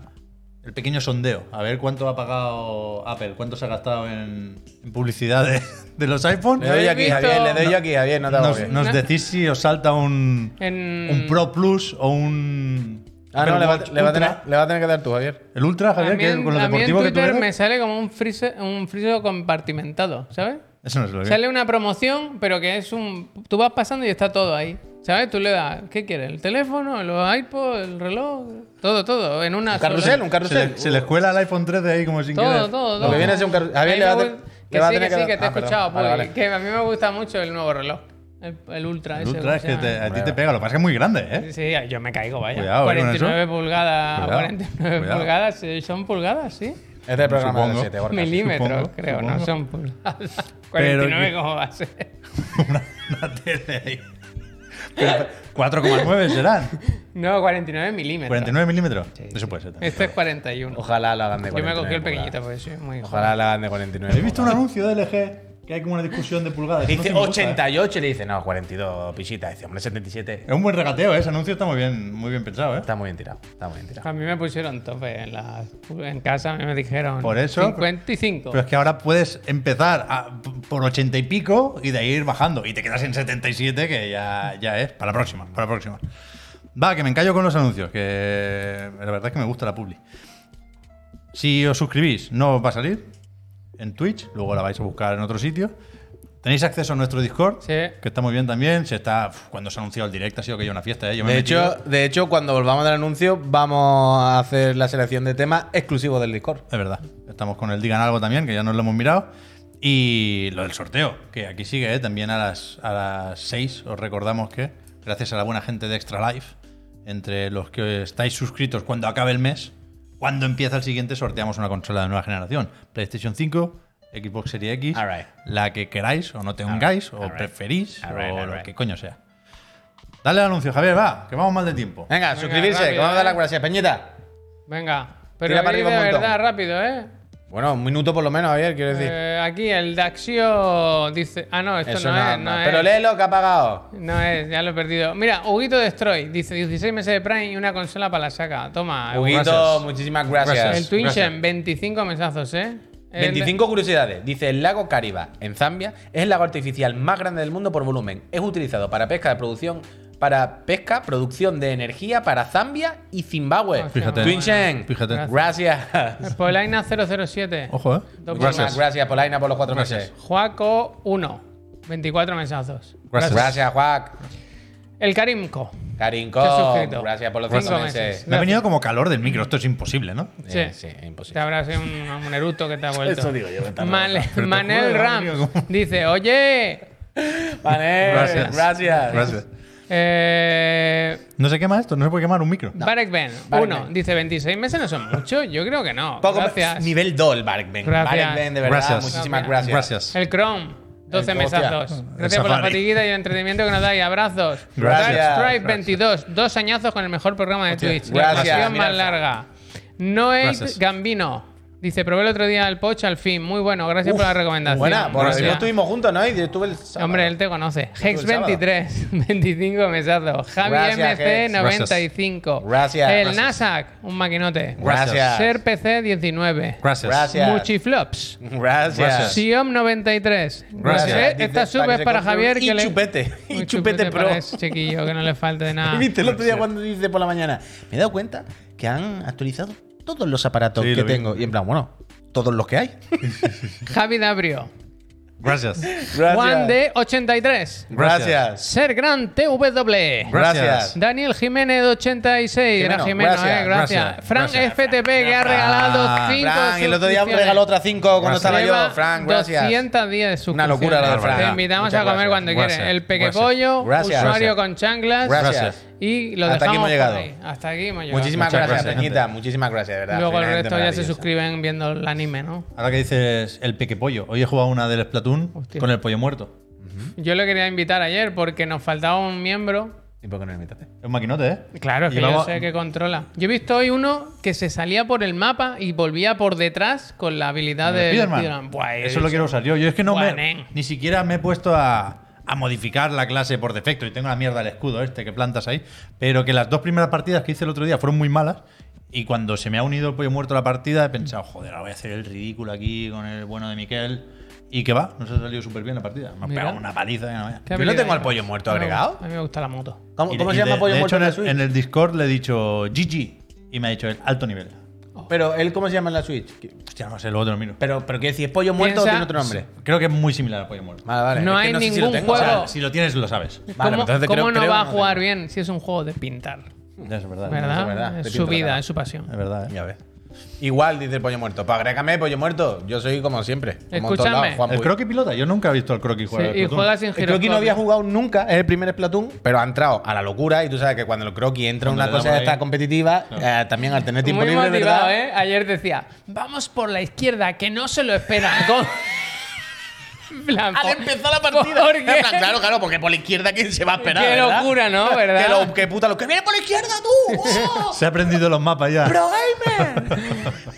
Speaker 2: el pequeño sondeo. A ver cuánto ha pagado Apple, cuánto se ha gastado en, en publicidad de, de los iPhones.
Speaker 3: Le doy yo
Speaker 1: ¿Habéis
Speaker 3: aquí,
Speaker 1: visto?
Speaker 3: Javier. Le doy yo aquí, Javier. No te Ah, hago
Speaker 2: Nos,
Speaker 3: bien.
Speaker 2: nos decís si os salta un,
Speaker 1: En...
Speaker 2: un Pro Plus o un.
Speaker 3: Mm. Ah, no,
Speaker 2: Apple
Speaker 3: le va,
Speaker 2: Watch
Speaker 3: le va a tener,
Speaker 2: Ultra.
Speaker 3: le va a tener que dar tú, Javier.
Speaker 2: El Ultra,
Speaker 1: a
Speaker 2: Javier,
Speaker 1: mí
Speaker 2: que
Speaker 1: en-
Speaker 2: con lo
Speaker 1: a mí en
Speaker 2: deportivo que tú
Speaker 1: Twitter
Speaker 2: eres.
Speaker 1: me sale como un friso, un friso compartimentado, ¿sabes?
Speaker 2: Eso no es lo que.
Speaker 1: Sale una promoción, pero que es un. Tú vas pasando y está todo ahí. ¿Sabes? Tú le das. ¿Qué quieres? ¿El teléfono? ¿Los iPods? ¿El reloj? Todo, todo. En una.
Speaker 3: Un
Speaker 1: sola-
Speaker 3: carrusel, un
Speaker 2: Se
Speaker 3: carrusel.
Speaker 2: le, se le cuela el iPhone 3 de ahí como sin
Speaker 1: Todo,
Speaker 2: querer.
Speaker 1: todo,
Speaker 3: Lo
Speaker 1: todo.
Speaker 3: que viene a ser un carrusel. Javier,
Speaker 1: mí
Speaker 3: le va a
Speaker 1: me
Speaker 3: tener-
Speaker 1: gu-
Speaker 3: le
Speaker 1: Que
Speaker 3: va a
Speaker 1: sí,
Speaker 3: tener
Speaker 1: que
Speaker 3: que
Speaker 1: sí,
Speaker 3: dar-
Speaker 1: que te he
Speaker 3: Ah, perdón.
Speaker 1: escuchado,
Speaker 3: Vale,
Speaker 1: Puy,
Speaker 3: vale.
Speaker 1: Que a mí me gusta mucho el nuevo reloj. El, el Ultra.
Speaker 2: El
Speaker 1: ese,
Speaker 2: Ultra es
Speaker 1: ¿cómo
Speaker 2: que
Speaker 1: se
Speaker 2: te-
Speaker 1: llama?
Speaker 2: a ti te pega, lo que pasa es que es muy grande, ¿eh?
Speaker 1: Sí, yo me caigo, vaya.
Speaker 2: Cuidado, eh, con eso.
Speaker 1: 49 pulgadas.
Speaker 2: Cuidado,
Speaker 1: 49
Speaker 2: cuidado.
Speaker 1: pulgadas. sí, Son pulgadas, sí.
Speaker 3: Este es el programa
Speaker 2: Supongo.
Speaker 3: de 7, Gorka.
Speaker 1: Milímetros,
Speaker 2: supongo,
Speaker 1: creo,
Speaker 2: supongo.
Speaker 1: no son pulgadas.
Speaker 2: Pero
Speaker 1: 49,
Speaker 2: yo-
Speaker 1: ¿cómo va a ser?
Speaker 2: una, una tele ahí. Pero 4,9 serán.
Speaker 1: No, 49 milímetros.
Speaker 2: 49 milímetros. Eso puede ser también.
Speaker 1: Este es 41.
Speaker 3: Ojalá lo hagan de
Speaker 1: Yo me
Speaker 3: 49.
Speaker 1: cogí el pequeñito, pues,
Speaker 3: pulgadas.
Speaker 1: porque soy muy
Speaker 3: Ojalá lo hagan de 49.
Speaker 2: He visto un
Speaker 3: pulgadas.
Speaker 2: anuncio de LG que hay como una discusión de pulgadas.
Speaker 3: Dice
Speaker 2: No sé si me gusta, ¿eh?
Speaker 3: 88 y le dice, no, 42, pichita. Dice, hombre, 77.
Speaker 2: Es un buen regateo, ¿eh? ese anuncio está muy bien, muy bien pensado, ¿eh?
Speaker 3: Está muy bien tirado. Está muy bien tirado.
Speaker 1: A mí me pusieron tope en, la, en casa, a mí me dijeron
Speaker 2: Por eso,
Speaker 1: 55.
Speaker 2: Pero es que ahora puedes empezar a- por 80 y pico y de ahí ir bajando. Y te quedas en 77, que ya, ya es. Para la próxima, para la próxima. Va, que me encallo con los anuncios, que la verdad es que me gusta la publi. Si os suscribís, no os va a salir en Twitch, luego la vais a buscar en otro sitio. Tenéis acceso a nuestro Discord,
Speaker 1: Sí.
Speaker 2: que está muy bien también. Se está, uf, cuando se ha anunciado el directo ha sido que hay una fiesta, ¿eh? Yo me he
Speaker 3: De
Speaker 2: metido-
Speaker 3: hecho, de hecho, cuando volvamos del anuncio, vamos a hacer la selección de temas exclusivos del Discord.
Speaker 2: Es verdad. Estamos con el Digan Algo también, que ya nos lo hemos mirado. Y lo del sorteo, que aquí sigue, ¿eh? también a las, a las 6 os recordamos que, gracias a la buena gente de Extra Life, entre los que estáis suscritos cuando acabe el mes, cuando empieza el siguiente, sorteamos una consola de nueva generación. PlayStation 5, Xbox Series X,
Speaker 3: Alright.
Speaker 2: la que queráis o no tengáis, o preferís,
Speaker 3: Alright,
Speaker 2: o lo
Speaker 3: alright.
Speaker 2: que coño sea. Dale al anuncio, Javier, va, que vamos mal de tiempo.
Speaker 3: Venga, suscribirse,
Speaker 1: rápido,
Speaker 3: que vamos a dar
Speaker 1: eh.
Speaker 3: las gracias, Peñita.
Speaker 1: Venga, pero
Speaker 3: Tira para
Speaker 1: aquí de
Speaker 3: arriba un montón.
Speaker 1: verdad, rápido, ¿eh?
Speaker 3: Bueno, un minuto por lo menos, Javier, quiero decir.
Speaker 1: Eh, aquí el Daxio dice. Ah, no, esto
Speaker 3: Eso
Speaker 1: no,
Speaker 3: no
Speaker 1: es.
Speaker 3: anda.
Speaker 1: No
Speaker 3: Pero
Speaker 1: es.
Speaker 3: léelo que ha pagado.
Speaker 1: No es, ya lo he perdido. Mira, Huguito Destroy dice 16 meses de Prime y una consola para la saca. Toma,
Speaker 3: Huguito,
Speaker 2: gracias.
Speaker 3: muchísimas
Speaker 1: El
Speaker 3: gracias.
Speaker 1: Twinchen, 25 mesazos, ¿eh? El-
Speaker 3: 25 curiosidades. Dice, el lago Cariba, en Zambia, es el lago artificial más grande del mundo por volumen. Es utilizado para pesca de producción para pesca, producción de energía para Zambia y Zimbabue.
Speaker 1: Ah,
Speaker 2: Fíjate.
Speaker 3: Twinchen.
Speaker 2: Fíjate.
Speaker 3: Gracias.
Speaker 1: Spolaina 007.
Speaker 2: Ojo, eh.
Speaker 1: Doble
Speaker 3: Muchísimas
Speaker 1: Mac.
Speaker 3: gracias, Polaina, por los cuatro
Speaker 2: Gracias.
Speaker 3: meses.
Speaker 1: Juaco 1. 24 mesazos.
Speaker 2: Gracias.
Speaker 3: Gracias, Juac.
Speaker 1: El Karimco.
Speaker 3: Carinco.
Speaker 1: Se ha suscrito.
Speaker 3: Gracias por los
Speaker 1: Cinco
Speaker 3: cinco meses.
Speaker 1: meses.
Speaker 2: Me ha venido como calor del micro, esto es imposible, ¿no?
Speaker 1: Sí.
Speaker 3: Eh, sí,
Speaker 1: Te
Speaker 3: imposible.
Speaker 1: habrá sido un, un eructo que te ha vuelto.
Speaker 4: Eso digo yo, que está
Speaker 1: Mal-
Speaker 2: raro. Pero te
Speaker 1: Manel
Speaker 2: juro,
Speaker 1: Ram
Speaker 2: amigo, ¿cómo?
Speaker 1: dice, oye,
Speaker 3: Manel,
Speaker 2: Gracias.
Speaker 3: gracias.
Speaker 2: Gracias.
Speaker 1: eh,
Speaker 2: No se quema esto, no se puede quemar un micro.
Speaker 1: Barek Ben,
Speaker 3: Barek
Speaker 1: uno,
Speaker 3: Ben.
Speaker 1: dice 26 meses no son muchos, yo creo que no.
Speaker 3: Poco
Speaker 1: Gracias.
Speaker 3: Nivel Dol, Barkben.
Speaker 1: Gracias.
Speaker 3: Barkben, de verdad.
Speaker 2: Gracias.
Speaker 3: Muchísimas gracias.
Speaker 1: Gracias.
Speaker 2: Gracias.
Speaker 1: El Chrome, 12
Speaker 3: El-
Speaker 1: mesas
Speaker 3: hostia.
Speaker 1: dos.
Speaker 2: El
Speaker 1: Gracias por la
Speaker 2: Safari.
Speaker 1: fatiguita y el entretenimiento que nos dais. Abrazos.
Speaker 2: Gracias.
Speaker 1: Dark Stripe
Speaker 2: Gracias.
Speaker 1: 22, dos añazos con el mejor programa de
Speaker 2: Hostia.
Speaker 1: Twitch.
Speaker 3: Gracias.
Speaker 1: La pasión más
Speaker 3: Gracias.
Speaker 1: larga. Noé
Speaker 2: Gracias.
Speaker 1: Gambino. Dice, probé el otro día el Poch al fin. Muy bueno, gracias por la recomendación.
Speaker 3: Buena, por
Speaker 1: Gracias.
Speaker 3: no estuvimos juntos, ¿no? Y estuve el sábado.
Speaker 1: Hombre, él te conoce.
Speaker 3: el
Speaker 1: Hex 23, 25 mesazos. Javi
Speaker 3: Gracias, Hex.
Speaker 1: MC95.
Speaker 3: Gracias.
Speaker 1: El
Speaker 3: Gracias.
Speaker 1: Nasac, un maquinote.
Speaker 3: Gracias.
Speaker 1: Ser PC19.
Speaker 2: Gracias.
Speaker 3: Gracias.
Speaker 1: Muchiflops.
Speaker 3: Gracias.
Speaker 1: Siom93.
Speaker 2: Gracias.
Speaker 1: Eh, Esta
Speaker 3: Dice,
Speaker 1: sub
Speaker 3: para
Speaker 1: es
Speaker 3: que
Speaker 1: para
Speaker 3: se
Speaker 1: Javier.
Speaker 3: compre un-
Speaker 1: que
Speaker 3: Y
Speaker 1: le-
Speaker 3: chupete.
Speaker 1: Un
Speaker 3: Y chupete pro.
Speaker 1: para ese chiquillo, que no le falte de nada.
Speaker 3: ¿Viste el otro día cuando dice por la mañana? Me he dado cuenta que han actualizado todos los aparatos
Speaker 2: Sí,
Speaker 3: que
Speaker 2: lo vi.
Speaker 3: tengo. Y en plan, bueno, todos los que hay.
Speaker 1: Javi Dabrio.
Speaker 2: Gracias.
Speaker 1: Juan de 83.
Speaker 3: Gracias.
Speaker 1: Ser Gran TW.
Speaker 2: Gracias.
Speaker 1: Daniel Jiménez 86,
Speaker 3: Jimeno,
Speaker 1: era Jimeno,
Speaker 3: gracias,
Speaker 1: eh, gracias.
Speaker 2: gracias,
Speaker 1: Frank
Speaker 2: gracias.
Speaker 1: FTP que ha regalado 5
Speaker 3: Frank, el otro día regaló otras cinco cuando estaba yo. Frank, gracias.
Speaker 1: 210 suscripciones.
Speaker 3: Una locura la de Frank.
Speaker 1: Te invitamos
Speaker 3: Muchas
Speaker 1: a comer
Speaker 3: gracias.
Speaker 1: cuando
Speaker 2: Gracias,
Speaker 1: quieras. El
Speaker 2: gracias.
Speaker 1: pequepollo,
Speaker 3: Gracias.
Speaker 1: usuario
Speaker 3: Gracias.
Speaker 1: con chanclas.
Speaker 3: Gracias.
Speaker 1: Y lo
Speaker 3: Hasta aquí
Speaker 1: dejamos
Speaker 3: hemos llegado.
Speaker 1: por ahí. Hasta aquí hemos llegado.
Speaker 3: Muchísimas
Speaker 2: Muchas
Speaker 3: gracias,
Speaker 2: gracias,
Speaker 3: Peñita. Muchísimas gracias, de verdad.
Speaker 1: Luego el
Speaker 3: Gente
Speaker 1: resto ya se
Speaker 3: maravillosa.
Speaker 1: suscriben viendo el anime, ¿no?
Speaker 2: Ahora que dices el peque pollo, hoy he jugado una del Splatoon
Speaker 1: Hostia.
Speaker 2: con el pollo muerto.
Speaker 1: Yo le quería invitar ayer porque nos faltaba un miembro.
Speaker 3: ¿Y por qué no me invitaste?
Speaker 2: Es un maquinote, ¿eh?
Speaker 1: Claro, es que
Speaker 2: Llevaba-
Speaker 1: yo sé que controla. Yo he visto hoy uno que se salía por el mapa y volvía por detrás con la habilidad de
Speaker 2: Spiderman.
Speaker 1: Buah, he
Speaker 2: Eso lo
Speaker 1: dicho,
Speaker 2: quiero usar yo. Yo es que no
Speaker 1: Buah,
Speaker 2: me,
Speaker 1: nen.
Speaker 2: ni siquiera me he puesto a, a modificar la clase por defecto y tengo la mierda del escudo este que plantas ahí. Pero que las dos primeras partidas que hice el otro día fueron muy malas y cuando se me ha unido el pollo muerto a la partida he pensado, joder, ahora voy a hacer el ridículo aquí con el bueno de Miquel. Y que va, nos ha salido súper bien la partida. Me ha
Speaker 1: Mira.
Speaker 2: pegado una paliza. que no veas.
Speaker 1: ¿Qué
Speaker 3: Yo no
Speaker 1: habilidad
Speaker 3: tengo al
Speaker 1: hay?
Speaker 3: pollo muerto
Speaker 1: A mí me
Speaker 3: agregado.
Speaker 1: gusta- A mí me gusta la moto.
Speaker 3: ¿Cómo,
Speaker 2: Y
Speaker 3: cómo
Speaker 2: de-
Speaker 3: se
Speaker 2: y
Speaker 3: llama
Speaker 2: de-
Speaker 3: Pollo
Speaker 2: de hecho,
Speaker 3: Muerto
Speaker 2: en
Speaker 3: en la
Speaker 2: el,
Speaker 3: Switch?
Speaker 2: en el Discord le he dicho GG y me ha dicho el alto nivel.
Speaker 3: Pero él, ¿cómo se llama en la Switch?
Speaker 2: Hostia, no sé, luego te lo miro.
Speaker 3: Pero, pero ¿qué decir? ¿Es Pollo Muerto
Speaker 1: Piensa-
Speaker 3: o tiene otro nombre?
Speaker 2: Creo que es muy similar al pollo muerto.
Speaker 3: Vale, vale.
Speaker 1: No
Speaker 3: Es que
Speaker 1: hay
Speaker 3: sé si
Speaker 1: ningún
Speaker 3: lo tengo.
Speaker 2: O sea,
Speaker 1: juego.
Speaker 2: si lo tienes, lo sabes.
Speaker 3: Vale, pues
Speaker 1: ¿Cómo,
Speaker 3: entonces creo-
Speaker 1: cómo no
Speaker 3: creo
Speaker 1: va a
Speaker 3: que no
Speaker 1: jugar
Speaker 3: tengo.
Speaker 1: bien si es un juego de pintar?
Speaker 2: Ya, es verdad.
Speaker 1: ¿Verdad?
Speaker 3: es verdad, te
Speaker 1: Es su
Speaker 3: pinto la
Speaker 1: vida,
Speaker 3: cara.
Speaker 1: es su pasión.
Speaker 2: Es verdad, ¿eh?
Speaker 3: Ya ves. Igual dice el Pollo Muerto. Pues agrégame, Pollo Muerto. Yo soy como siempre. Como en todos
Speaker 1: Escúchame.
Speaker 3: lados, Juan
Speaker 2: El
Speaker 3: Puy.
Speaker 2: croquis pilota, yo nunca he visto al croquis
Speaker 1: Sí,
Speaker 2: jugar. al
Speaker 1: y
Speaker 2: Splatoon.
Speaker 1: juega sin
Speaker 3: El croquis
Speaker 1: giroscopio.
Speaker 3: no había jugado nunca, es el primer Splatoon, pero ha entrado a la locura y tú sabes que cuando el croquis entra en
Speaker 2: Cuando
Speaker 3: una
Speaker 2: le damos
Speaker 3: cosa de
Speaker 2: ahí.
Speaker 3: esta competitiva, eh, también al tener tiempo
Speaker 1: Muy
Speaker 3: libre,
Speaker 1: motivado,
Speaker 3: ¿verdad?
Speaker 1: ¿eh? Ayer decía, vamos por la izquierda, que no se lo esperan. Con- Blanco.
Speaker 3: Al empezar la partida.
Speaker 1: ¿Por qué?
Speaker 3: En plan, claro, claro, porque por la izquierda quién se va a esperar.
Speaker 1: Qué
Speaker 3: ¿verdad?
Speaker 1: locura, ¿no? ¿Verdad?
Speaker 3: Que, lo- que puta, lo que viene por la izquierda tú. ¡Oh!
Speaker 2: Se ha aprendido los mapas ya.
Speaker 3: ¡Pro gamer!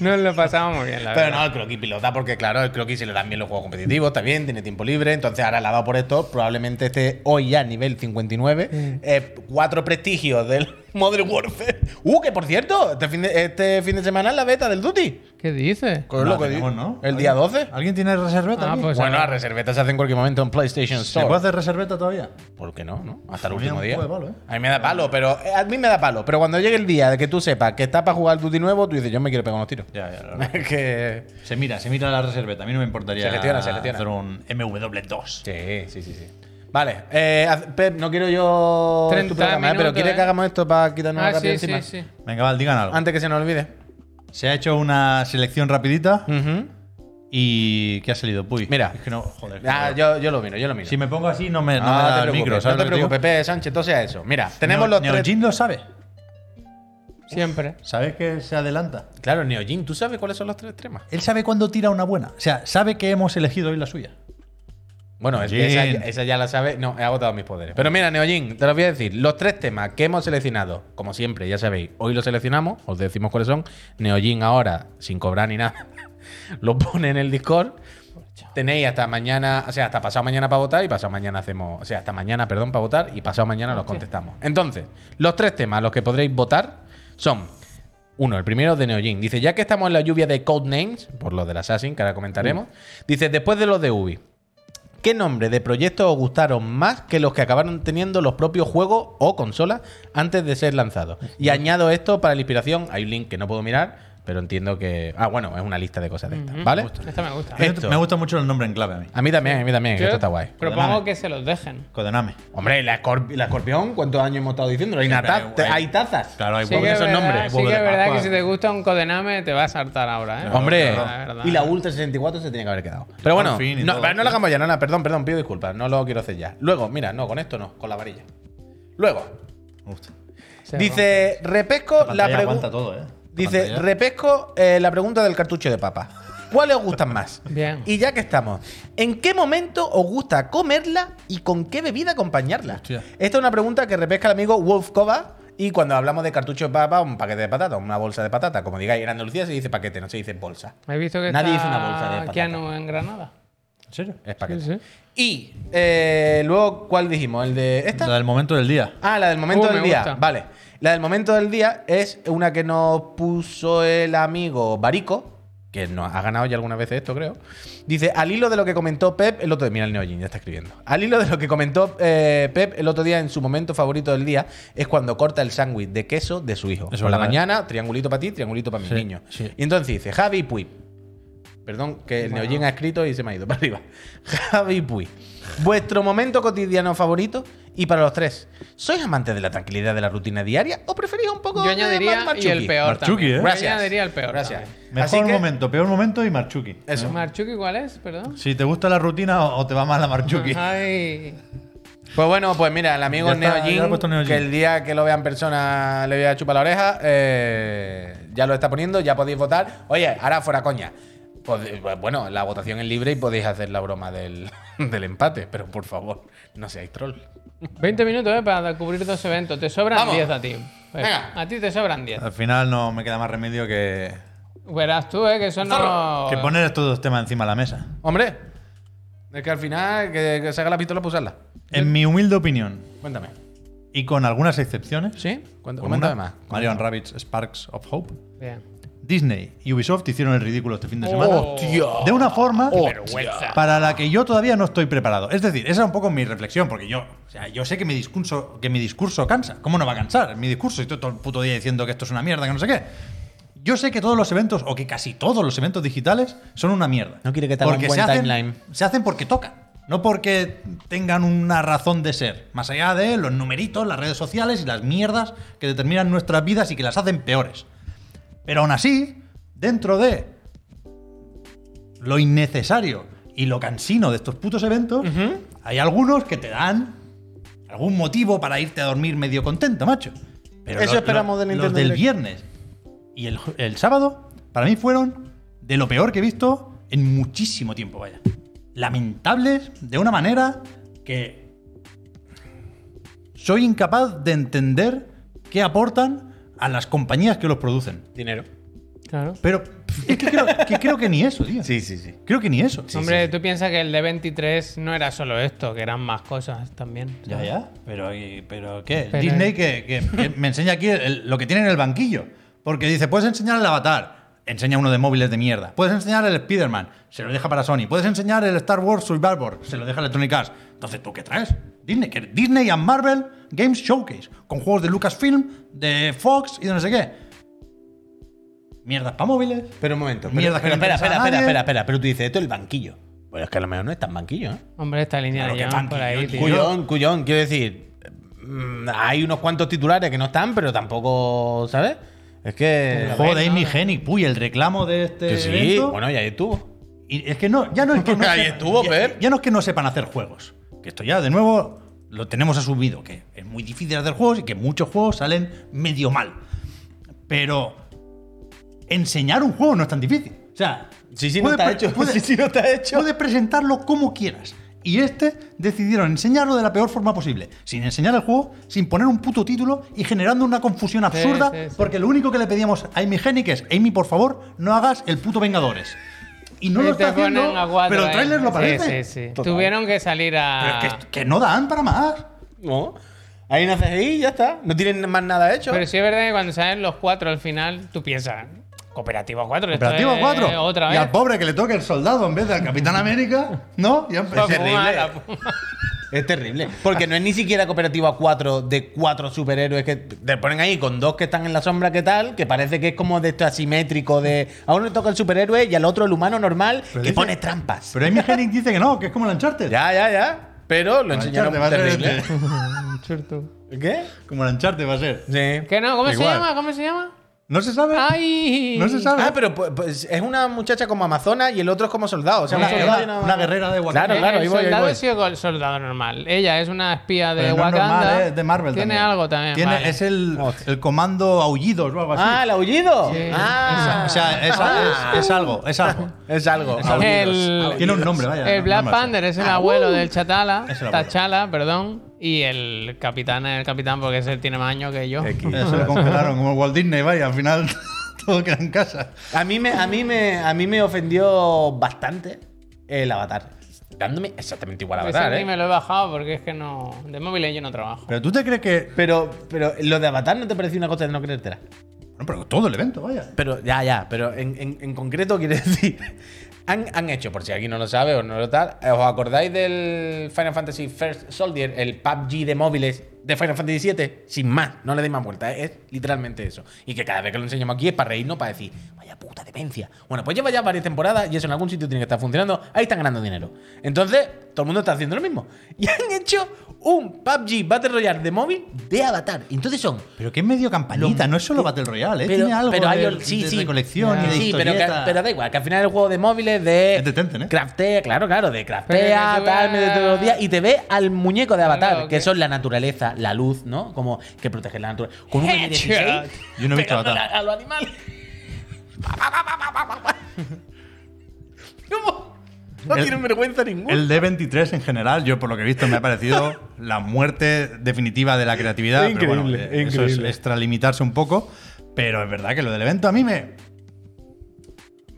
Speaker 1: Nos lo pasamos muy bien, la
Speaker 3: Pero
Speaker 1: verdad.
Speaker 3: no, el croquis pilota, porque claro, el croquis se le dan bien los juegos competitivos, está bien, tiene tiempo libre, entonces ahora la ha dado por esto, probablemente esté hoy ya nivel 59, eh, cuatro prestigios del Modern Warfare. Uh, que por cierto, este fin de, este fin de semana es la beta del Duty.
Speaker 1: ¿Qué dices?
Speaker 3: Con
Speaker 2: No,
Speaker 3: lo que
Speaker 2: tenemos,
Speaker 3: digo,
Speaker 2: ¿no?
Speaker 3: El día 12.
Speaker 2: ¿Alguien tiene reserveta?
Speaker 1: Ah,
Speaker 2: aquí?
Speaker 1: pues-
Speaker 3: Bueno, las reservetas se hacen en cualquier momento en PlayStation
Speaker 2: ¿Se puede
Speaker 3: Store.
Speaker 2: hacer reserveta todavía?
Speaker 3: ¿Por qué no? no? Hasta el
Speaker 2: A mí
Speaker 3: último
Speaker 2: me da un
Speaker 3: día.
Speaker 2: poco de palo, ¿eh?
Speaker 3: A mí me da palo, pero eh, a mí me da palo. Pero cuando llegue el día de que tú sepas que estás para jugar al Duty nuevo, tú dices, yo me quiero pegar unos tiros.
Speaker 2: Ya, ya,
Speaker 3: que...
Speaker 2: Se mira, se mira la reserveta. A mí no me importaría
Speaker 3: Selecciona, selecciona.
Speaker 2: hacer un MW2.
Speaker 3: Sí, sí, sí, sí. Vale, eh, haz- Pep, no quiero yo en tu
Speaker 1: 30
Speaker 3: programa, ¿eh? pero
Speaker 1: minutos,
Speaker 3: ¿quieres que
Speaker 1: eh.
Speaker 3: hagamos esto para quitarnos
Speaker 1: Ah,
Speaker 3: rápido
Speaker 1: sí, sí,
Speaker 3: encima?
Speaker 1: sí.
Speaker 2: Venga, Val, digan algo.
Speaker 3: Antes que se nos olvide.
Speaker 2: Se ha hecho una selección rapidita
Speaker 3: Ujú.
Speaker 2: y ¿qué ha salido? Puy.
Speaker 3: Mira.
Speaker 2: Es que no, joder.
Speaker 3: Ah, yo, yo lo miro, yo lo miro.
Speaker 2: Si me pongo así no me, no me
Speaker 3: Ah, te
Speaker 2: da el
Speaker 3: preocupes,
Speaker 2: micro, ¿sabes lo
Speaker 3: no te
Speaker 2: que digo?
Speaker 3: preocupes, Pepe Sánchez, todo sea eso. Mira, tenemos
Speaker 2: Neo-
Speaker 3: los tres.
Speaker 2: Neojin lo sabe.
Speaker 1: Siempre.
Speaker 2: ¿Sabes que se adelanta?
Speaker 3: Claro, Neojin, ¿tú sabes cuáles son los tres temas?
Speaker 2: Él sabe cuándo tira una buena. O sea, sabe que hemos elegido hoy la suya.
Speaker 3: Bueno, es que esa,
Speaker 2: Neojin.
Speaker 3: esa ya la sabes. No, he agotado mis poderes. Pero mira, Neojin, te los voy a decir. Los tres temas que hemos seleccionado, como siempre, ya sabéis, hoy los seleccionamos, os decimos cuáles son. Neojin ahora, sin cobrar ni nada, lo pone en el Discord. Tenéis hasta mañana, o sea, hasta pasado mañana para votar y pasado mañana hacemos, o sea, hasta mañana, perdón, para votar y pasado mañana los contestamos. Entonces, los tres temas a los que podréis votar son uno, el primero de Neojin. Dice, ya que estamos en la lluvia de Codenames, por lo del Assassin, que ahora comentaremos, dice, después de los de Ubi, ¿Qué nombre de proyectos os gustaron más que los que acabaron teniendo los propios juegos o consolas antes de ser lanzados? Y añado esto para la inspiración. Hay un link que no puedo mirar, pero entiendo que. Ah, bueno, es una lista de cosas de estas, ¿vale?
Speaker 1: Esta me gusta.
Speaker 3: Eh, Esto.
Speaker 2: Me gusta mucho el nombre en clave a mí.
Speaker 3: A mí también, a mí también. que
Speaker 1: Yo
Speaker 3: Esto está guay.
Speaker 1: Propongo que se los dejen.
Speaker 2: Codename.
Speaker 3: Hombre, la, escorp- la escorpión, ¿cuántos años hemos estado diciendo? Hay, una
Speaker 2: Siempre
Speaker 3: taz-
Speaker 2: hay-
Speaker 3: hay tazas.
Speaker 2: Claro, hay
Speaker 1: Sí
Speaker 2: huevos
Speaker 1: que
Speaker 2: de
Speaker 1: es
Speaker 2: esos
Speaker 1: verdad,
Speaker 2: nombres.
Speaker 1: sí
Speaker 2: huevos
Speaker 1: que
Speaker 2: de
Speaker 1: es verdad que
Speaker 2: Pascua.
Speaker 1: si te gusta un codename te va a saltar ahora, ¿eh?
Speaker 3: Hombre,
Speaker 1: La verdad.
Speaker 3: y la Ultra 64 se tenía que haber quedado. Pero bueno,
Speaker 2: Por fin y
Speaker 3: no,
Speaker 2: todo,
Speaker 3: pero no lo
Speaker 2: tío.
Speaker 3: hagamos ya, no, no, perdón, perdón, pido disculpas, no lo quiero hacer ya. Luego, mira, no, con esto no, con la varilla. Luego,
Speaker 2: Me gusta.
Speaker 1: Se
Speaker 3: dice, repesco
Speaker 2: La
Speaker 3: la
Speaker 2: pantalla aguanta
Speaker 3: pregunta.
Speaker 2: todo, ¿eh? La
Speaker 3: Dice,
Speaker 2: pantalla.
Speaker 3: repesco eh, la pregunta del cartucho de papa. ¿Cuáles os gustan más?
Speaker 1: Bien.
Speaker 3: Y ya que estamos, ¿en qué momento os gusta comerla y con qué bebida acompañarla?
Speaker 2: Hostia.
Speaker 3: Esta es una pregunta que repesca el amigo Wolf Cova. Y cuando hablamos de cartucho de papa, un paquete de patata, una bolsa de patata, como digáis en Andalucía se dice paquete, no se dice bolsa.
Speaker 1: rompe. He visto que
Speaker 3: Nadie
Speaker 1: está
Speaker 3: hizo una bolsa de patata.
Speaker 1: Keanu en Granada.
Speaker 2: ¿En serio?
Speaker 3: Es paquete.
Speaker 1: Sí, sí.
Speaker 3: Y eh, luego, ¿cuál dijimos? ¿El de esta?
Speaker 2: La del momento del día.
Speaker 3: Ah, la del momento
Speaker 1: Uh,
Speaker 3: del
Speaker 1: me
Speaker 3: día.
Speaker 1: gusta.
Speaker 3: Vale. La del momento del día es una que nos puso el amigo Barico, que nos ha ganado ya algunas veces esto, creo. Dice, al hilo de lo que comentó Pep el otro día. Mira el Neojin, ya está escribiendo. Al hilo de lo que comentó eh, Pep el otro día en su momento favorito del día, es cuando corta el sándwich de queso de su hijo.
Speaker 2: Eso es
Speaker 3: Por la
Speaker 2: verdad. ¿eh?
Speaker 3: mañana, triangulito para ti, triangulito para mi
Speaker 2: Sí,
Speaker 3: niño.
Speaker 2: sí.
Speaker 3: Y entonces dice, Javi Puig. Perdón, que el Neojin ha escrito y se me ha ido para arriba. Javi Puy. Vuestro momento cotidiano favorito y para los tres. ¿Sois amantes de la tranquilidad de la rutina diaria o preferís un poco
Speaker 1: Yo
Speaker 3: de
Speaker 1: añadiría
Speaker 3: más marchuki?
Speaker 1: y el peor
Speaker 2: Marchuki,
Speaker 1: también.
Speaker 2: ¿eh?
Speaker 1: Yo
Speaker 3: Gracias.
Speaker 1: añadiría el peor
Speaker 3: Gracias.
Speaker 1: también.
Speaker 2: Mejor momento, peor momento y Marchuki.
Speaker 3: Eso.
Speaker 1: ¿Marchuki cuál es? Perdón.
Speaker 2: Si te gusta la rutina o o te va mal la Marchuki.
Speaker 1: Ay.
Speaker 3: Pues bueno, pues mira, el amigo
Speaker 2: Ya está,
Speaker 3: Neo Jin,
Speaker 2: ya lo ha puesto Neo
Speaker 3: que
Speaker 2: Jin.
Speaker 3: el día que lo vea en persona le voy a chupar la oreja, eh, ya lo está poniendo, ya podéis votar. Oye, ahora fuera coña. Pod- pues bueno, la votación es libre y podéis hacer la broma del, del empate, pero por favor, no seáis troll.
Speaker 1: 20 minutos, ¿eh? Para cubrir dos eventos. Te sobran
Speaker 3: Vamos.
Speaker 1: 10 a ti. Pues,
Speaker 3: Venga.
Speaker 1: A ti te sobran 10.
Speaker 2: Al final no me queda más remedio que,
Speaker 1: Verás tú, ¿eh? Que eso no.
Speaker 2: que poner estos dos temas encima de la mesa.
Speaker 3: Hombre, es que al final que, que se haga la pistola para usarla.
Speaker 2: En mi humilde opinión,
Speaker 3: Cuéntame.
Speaker 2: y con algunas excepciones,
Speaker 3: ¿Sí?
Speaker 2: con
Speaker 3: Cuént- Coméntame
Speaker 2: una,
Speaker 3: más.
Speaker 2: Marion Rabbit's Sparks of Hope,
Speaker 1: Bien.
Speaker 2: Disney y Ubisoft hicieron el ridículo este
Speaker 3: Oh.
Speaker 2: fin de semana. De una forma
Speaker 1: vergüenza.
Speaker 2: para la que yo todavía no estoy preparado. Es decir, esa es un poco mi reflexión, porque yo, o sea, yo sé que mi discurso, que mi discurso cansa. ¿Cómo no va a cansar mi discurso? Estoy todo el puto día diciendo que esto es una mierda, que no sé qué. Yo sé que todos los eventos, o que casi todos los eventos digitales, son una mierda.
Speaker 3: No quiere que te haga un buen
Speaker 2: hacen,
Speaker 3: timeline.
Speaker 2: Se hacen porque tocan, no porque tengan una razón de ser. Más allá de los numeritos, las redes sociales y las mierdas que determinan nuestras vidas y que las hacen peores. Pero aún así, dentro de lo innecesario y lo cansino de estos putos eventos, hay algunos que te dan algún motivo para irte a dormir medio contento, macho. Pero
Speaker 3: Eso
Speaker 2: lo-
Speaker 3: esperamos
Speaker 2: lo-
Speaker 3: del Nintendo
Speaker 2: Los del
Speaker 3: Direct.
Speaker 2: viernes y el, el sábado, para mí fueron de lo peor que he visto en muchísimo tiempo, vaya. Lamentables de una manera que soy incapaz de entender qué aportan a las compañías que los producen.
Speaker 3: Dinero.
Speaker 1: Claro.
Speaker 2: Pero es que creo que, creo que ni eso, tío.
Speaker 3: Sí, sí, sí.
Speaker 2: Creo que ni eso.
Speaker 1: Hombre, tú piensas que el de 23 no era solo esto, que eran más cosas también.
Speaker 2: Ya, ya. Pero, y- pero ¿qué?
Speaker 1: Pero-
Speaker 2: Disney que, que- que me enseña aquí el- lo que tiene en el banquillo. Porque dice, puedes enseñar el avatar. Enseña uno de móviles de mierda. Puedes enseñar el Spider-Man. Se lo deja para Sony. Puedes enseñar el Star Wars Survivor. Se lo deja Electronic Arts. Entonces, ¿tú qué traes? Disney, que Disney and Marvel Games Showcase. Con juegos de Lucasfilm, de Fox y de no sé qué. Mierdas para móviles.
Speaker 3: Pero un momento. Pero,
Speaker 2: Mierda, que
Speaker 3: pero
Speaker 2: no interesa
Speaker 3: espera,
Speaker 2: a
Speaker 3: espera, espera,
Speaker 2: nadie.
Speaker 3: espera, espera. Pero tú dices, esto es el banquillo. Pues es que a lo mejor no es tan banquillo, ¿eh?
Speaker 1: Hombre, esta línea
Speaker 2: Claro que
Speaker 1: de
Speaker 2: funky,
Speaker 1: por ahí,
Speaker 2: yo-
Speaker 1: tío.
Speaker 3: Cuyón, cuyón, quiero decir. mm, Hay unos cuantos titulares que no están, pero tampoco, ¿sabes?
Speaker 2: El
Speaker 3: Es que.
Speaker 2: juego de Amy Hennig, puy, el reclamo de este.
Speaker 3: Que sí,
Speaker 2: evento.
Speaker 3: bueno, ya estuvo.
Speaker 2: Y es que no, ya no es que no
Speaker 3: Ahí
Speaker 2: sepan-
Speaker 3: estuvo,
Speaker 2: ya,
Speaker 3: Pep.
Speaker 2: ya no es que no sepan hacer juegos. Que esto ya, de nuevo, lo tenemos asumido, que es muy difícil hacer juegos y que muchos juegos salen medio mal. Pero enseñar un juego no es tan difícil. O sea,
Speaker 3: Sí, sí, no está
Speaker 2: pre-
Speaker 3: hecho.
Speaker 2: puedes-
Speaker 3: Sí, sí, no está hecho.
Speaker 2: puedes presentarlo como quieras. Y este decidieron enseñarlo de la peor forma posible, sin enseñar el juego, sin poner un puto título y generando una confusión absurda,
Speaker 1: sí, sí.
Speaker 2: porque lo único que le pedíamos a Amy Hennig es, Amy, por favor, no hagas el puto Vengadores. Y no
Speaker 1: Y
Speaker 2: lo
Speaker 1: te
Speaker 2: está haciendo,
Speaker 1: ponen a cuatro
Speaker 2: pero el
Speaker 1: ahí.
Speaker 2: tráiler lo
Speaker 1: Sí,
Speaker 2: parece.
Speaker 1: Sí, Ah. sí, Tuvieron que salir
Speaker 2: Pero
Speaker 1: a.
Speaker 2: que, que no dan para más.
Speaker 3: No. Ahí no haces ahí, ya está. No tienen más nada hecho.
Speaker 1: Pero sí es verdad que cuando salen los cuatro al final, tú piensas, Cooperativo 4. esto
Speaker 2: Operativo
Speaker 1: es
Speaker 2: 4.
Speaker 1: Otra
Speaker 2: Y
Speaker 1: vez.
Speaker 2: al pobre que le toque el soldado en vez del Capitán América, ¿no? Ya
Speaker 1: Fuma,
Speaker 2: empecé.
Speaker 1: la fuma.
Speaker 3: Es terrible. Porque no es ni siquiera cooperativa 4 de cuatro superhéroes que te ponen ahí con dos que están en la sombra, que tal? Que parece que es como de esto asimétrico de a uno le toca el superhéroe y al otro el humano normal
Speaker 2: Pero
Speaker 3: que
Speaker 2: dice-
Speaker 3: pone trampas.
Speaker 2: Pero Amy Hennig dice que no, que es como el Uncharted.
Speaker 3: Ya, ya, ya. Pero lo
Speaker 2: El
Speaker 3: enseñaron
Speaker 2: Uncharted va a ser
Speaker 3: terrible.
Speaker 2: este.
Speaker 3: ¿Qué?
Speaker 2: Como el Uncharted va a ser.
Speaker 3: Sí.
Speaker 1: ¿Qué no? ¿Cómo se
Speaker 2: Igual.
Speaker 1: llama? ¿Cómo se llama?
Speaker 2: No se
Speaker 1: Ah,
Speaker 2: sabe.
Speaker 1: ¡Ay!
Speaker 2: No se sabe.
Speaker 3: Ah, pero pues, pues, es una muchacha como amazona y el otro es como soldado. O sea,
Speaker 2: una,
Speaker 3: un soldado
Speaker 2: una-
Speaker 3: y una-
Speaker 2: una guerrera de Wakanda.
Speaker 3: Claro,
Speaker 1: Eh,
Speaker 3: claro,
Speaker 1: el
Speaker 3: ahí voy, ahí
Speaker 1: soldado
Speaker 3: voy.
Speaker 1: es el soldado normal. Ella es una espía de
Speaker 2: Pero no es
Speaker 1: Wakanda.
Speaker 2: normal, ¿eh? Es de Marvel
Speaker 1: Tiene
Speaker 2: también.
Speaker 1: algo también.
Speaker 2: Tiene-
Speaker 1: vale.
Speaker 2: Es el,
Speaker 3: Oh.
Speaker 2: el comando aullidos o algo así.
Speaker 3: Ah, el aullido.
Speaker 1: Sí.
Speaker 3: Ah,
Speaker 2: O sea, es,
Speaker 3: Ah.
Speaker 2: es- es algo, es algo.
Speaker 3: es algo.
Speaker 2: Es algo.
Speaker 1: El-
Speaker 2: Tiene un nombre, vaya.
Speaker 1: el
Speaker 2: Ah, no-
Speaker 1: Black
Speaker 2: nombre así.
Speaker 1: Panther es el abuelo del Chatala,
Speaker 2: Es el abuelo.
Speaker 1: Tachala, perdón, y el capitán es el capitán porque ese tiene más años que yo.
Speaker 2: Eh, Se lo congelaron como Walt Disney, vaya. Al final todo queda en casa.
Speaker 3: A mí me, a mí me, a mí me ofendió bastante el avatar. Dándome exactamente igual a
Speaker 1: Ese
Speaker 3: avatar,
Speaker 1: ni
Speaker 3: ¿eh?
Speaker 1: me lo he bajado porque es que no. De móviles yo no trabajo.
Speaker 2: Pero tú te crees que.
Speaker 3: Pero, pero lo de avatar no te pareció una cosa de no creértela.
Speaker 2: Bueno, pero todo el evento, vaya.
Speaker 3: Pero, ya, ya, pero en, en- en concreto quiere decir. Han, han hecho, por si alguien no lo sabe o no lo tal, eh, ¿os acordáis del Final Fantasy First Soldier, el PUBG de móviles de Final Fantasy VII? Sin más, no le deis más vuelta, eh, es literalmente eso. Y que cada vez que lo enseñamos aquí es para reírnos, para decir, vaya puta demencia. Bueno, pues lleva ya varias temporadas y eso en algún sitio tiene que estar funcionando, ahí están ganando dinero. Entonces, todo el mundo está haciendo lo mismo. Y han hecho un PUBG Battle Royale de móvil de avatar. Entonces son
Speaker 2: Pero que es medio campanita, no es solo Battle Royale, ¿eh? tiene algo
Speaker 3: hay
Speaker 2: de,
Speaker 3: ol- sí,
Speaker 2: de
Speaker 3: sí.
Speaker 2: recolección y de
Speaker 3: Sí, pero, que-
Speaker 2: historieta.
Speaker 3: pero da igual, que al final el juego de móviles de.
Speaker 2: Es de Tenten, ¿eh?
Speaker 3: Craftea, claro, claro, de
Speaker 1: Pero que
Speaker 3: craftea,
Speaker 1: tú
Speaker 3: tal, medio
Speaker 1: veas-
Speaker 3: todos los días. Y te ve al muñeco de Avatar,
Speaker 1: Claro,
Speaker 3: que
Speaker 1: que-
Speaker 3: son la naturaleza, la luz, ¿no? Como que protege la naturaleza. Con un
Speaker 1: Headshot.
Speaker 3: N16.
Speaker 2: Yo no he visto
Speaker 3: pegándole
Speaker 2: Avatar.
Speaker 3: A, a los animales. Pa, pa, pa, pa, pa, pa, pa. ¿Cómo? No
Speaker 2: El-
Speaker 3: tienen vergüenza ninguna.
Speaker 2: El D23 en general, yo por lo que he visto me ha parecido la muerte definitiva de la creatividad.
Speaker 3: Es
Speaker 2: pero bueno,
Speaker 3: increíble,
Speaker 2: eh, eso es
Speaker 3: increíble.
Speaker 2: extralimitarse un poco. Pero es verdad que lo del evento a mí me.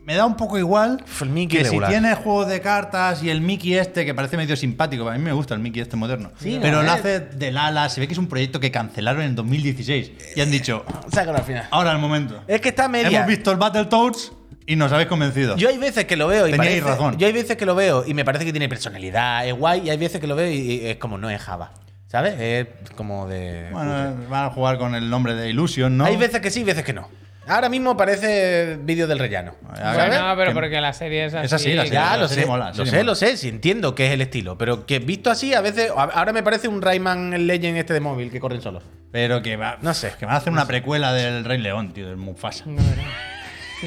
Speaker 2: Me da un poco igual
Speaker 3: Fue el Mickey
Speaker 2: que si
Speaker 3: regular.
Speaker 2: tiene juegos de cartas y el Mickey este, que parece medio simpático, a mí me gusta el Mickey este moderno.
Speaker 3: Sí,
Speaker 2: pero
Speaker 3: ¿no?
Speaker 2: lo hace del ala, se ve que es un proyecto que cancelaron en 2016 y han dicho,
Speaker 3: Sácalo al final.
Speaker 2: ahora el momento.
Speaker 3: Es que está media.
Speaker 2: Hemos visto el Battletoads y nos habéis convencido.
Speaker 3: Yo hay veces que lo veo y
Speaker 2: Teníais
Speaker 3: parece-
Speaker 2: razón.
Speaker 3: Yo hay veces que lo veo y me parece que tiene personalidad, es guay, y hay veces que lo veo y- y es como no es Java. ¿Sabes? Es como de.
Speaker 2: bueno, van a jugar con el nombre de Illusion, ¿no?
Speaker 3: Hay veces que sí y veces que no. Ahora mismo parece vídeo del rellano.
Speaker 1: Bueno,
Speaker 2: Ah, ¿sabes?
Speaker 1: no, pero
Speaker 2: Que-
Speaker 1: porque la serie es así.
Speaker 2: Es así, la serie.
Speaker 3: Ya,
Speaker 2: pero
Speaker 3: lo
Speaker 2: sí le
Speaker 3: sé,
Speaker 2: mola, sí
Speaker 3: lo
Speaker 2: le
Speaker 3: sé,
Speaker 2: mola.
Speaker 3: lo sé, sí entiendo que es el estilo, pero que visto así, a veces, a- ahora me parece un Rayman Legend este de móvil que corren solos.
Speaker 2: Pero que va.
Speaker 3: No sé.
Speaker 2: Que van a hacer una precuela del Rey León, tío, del Mufasa.
Speaker 1: No, no.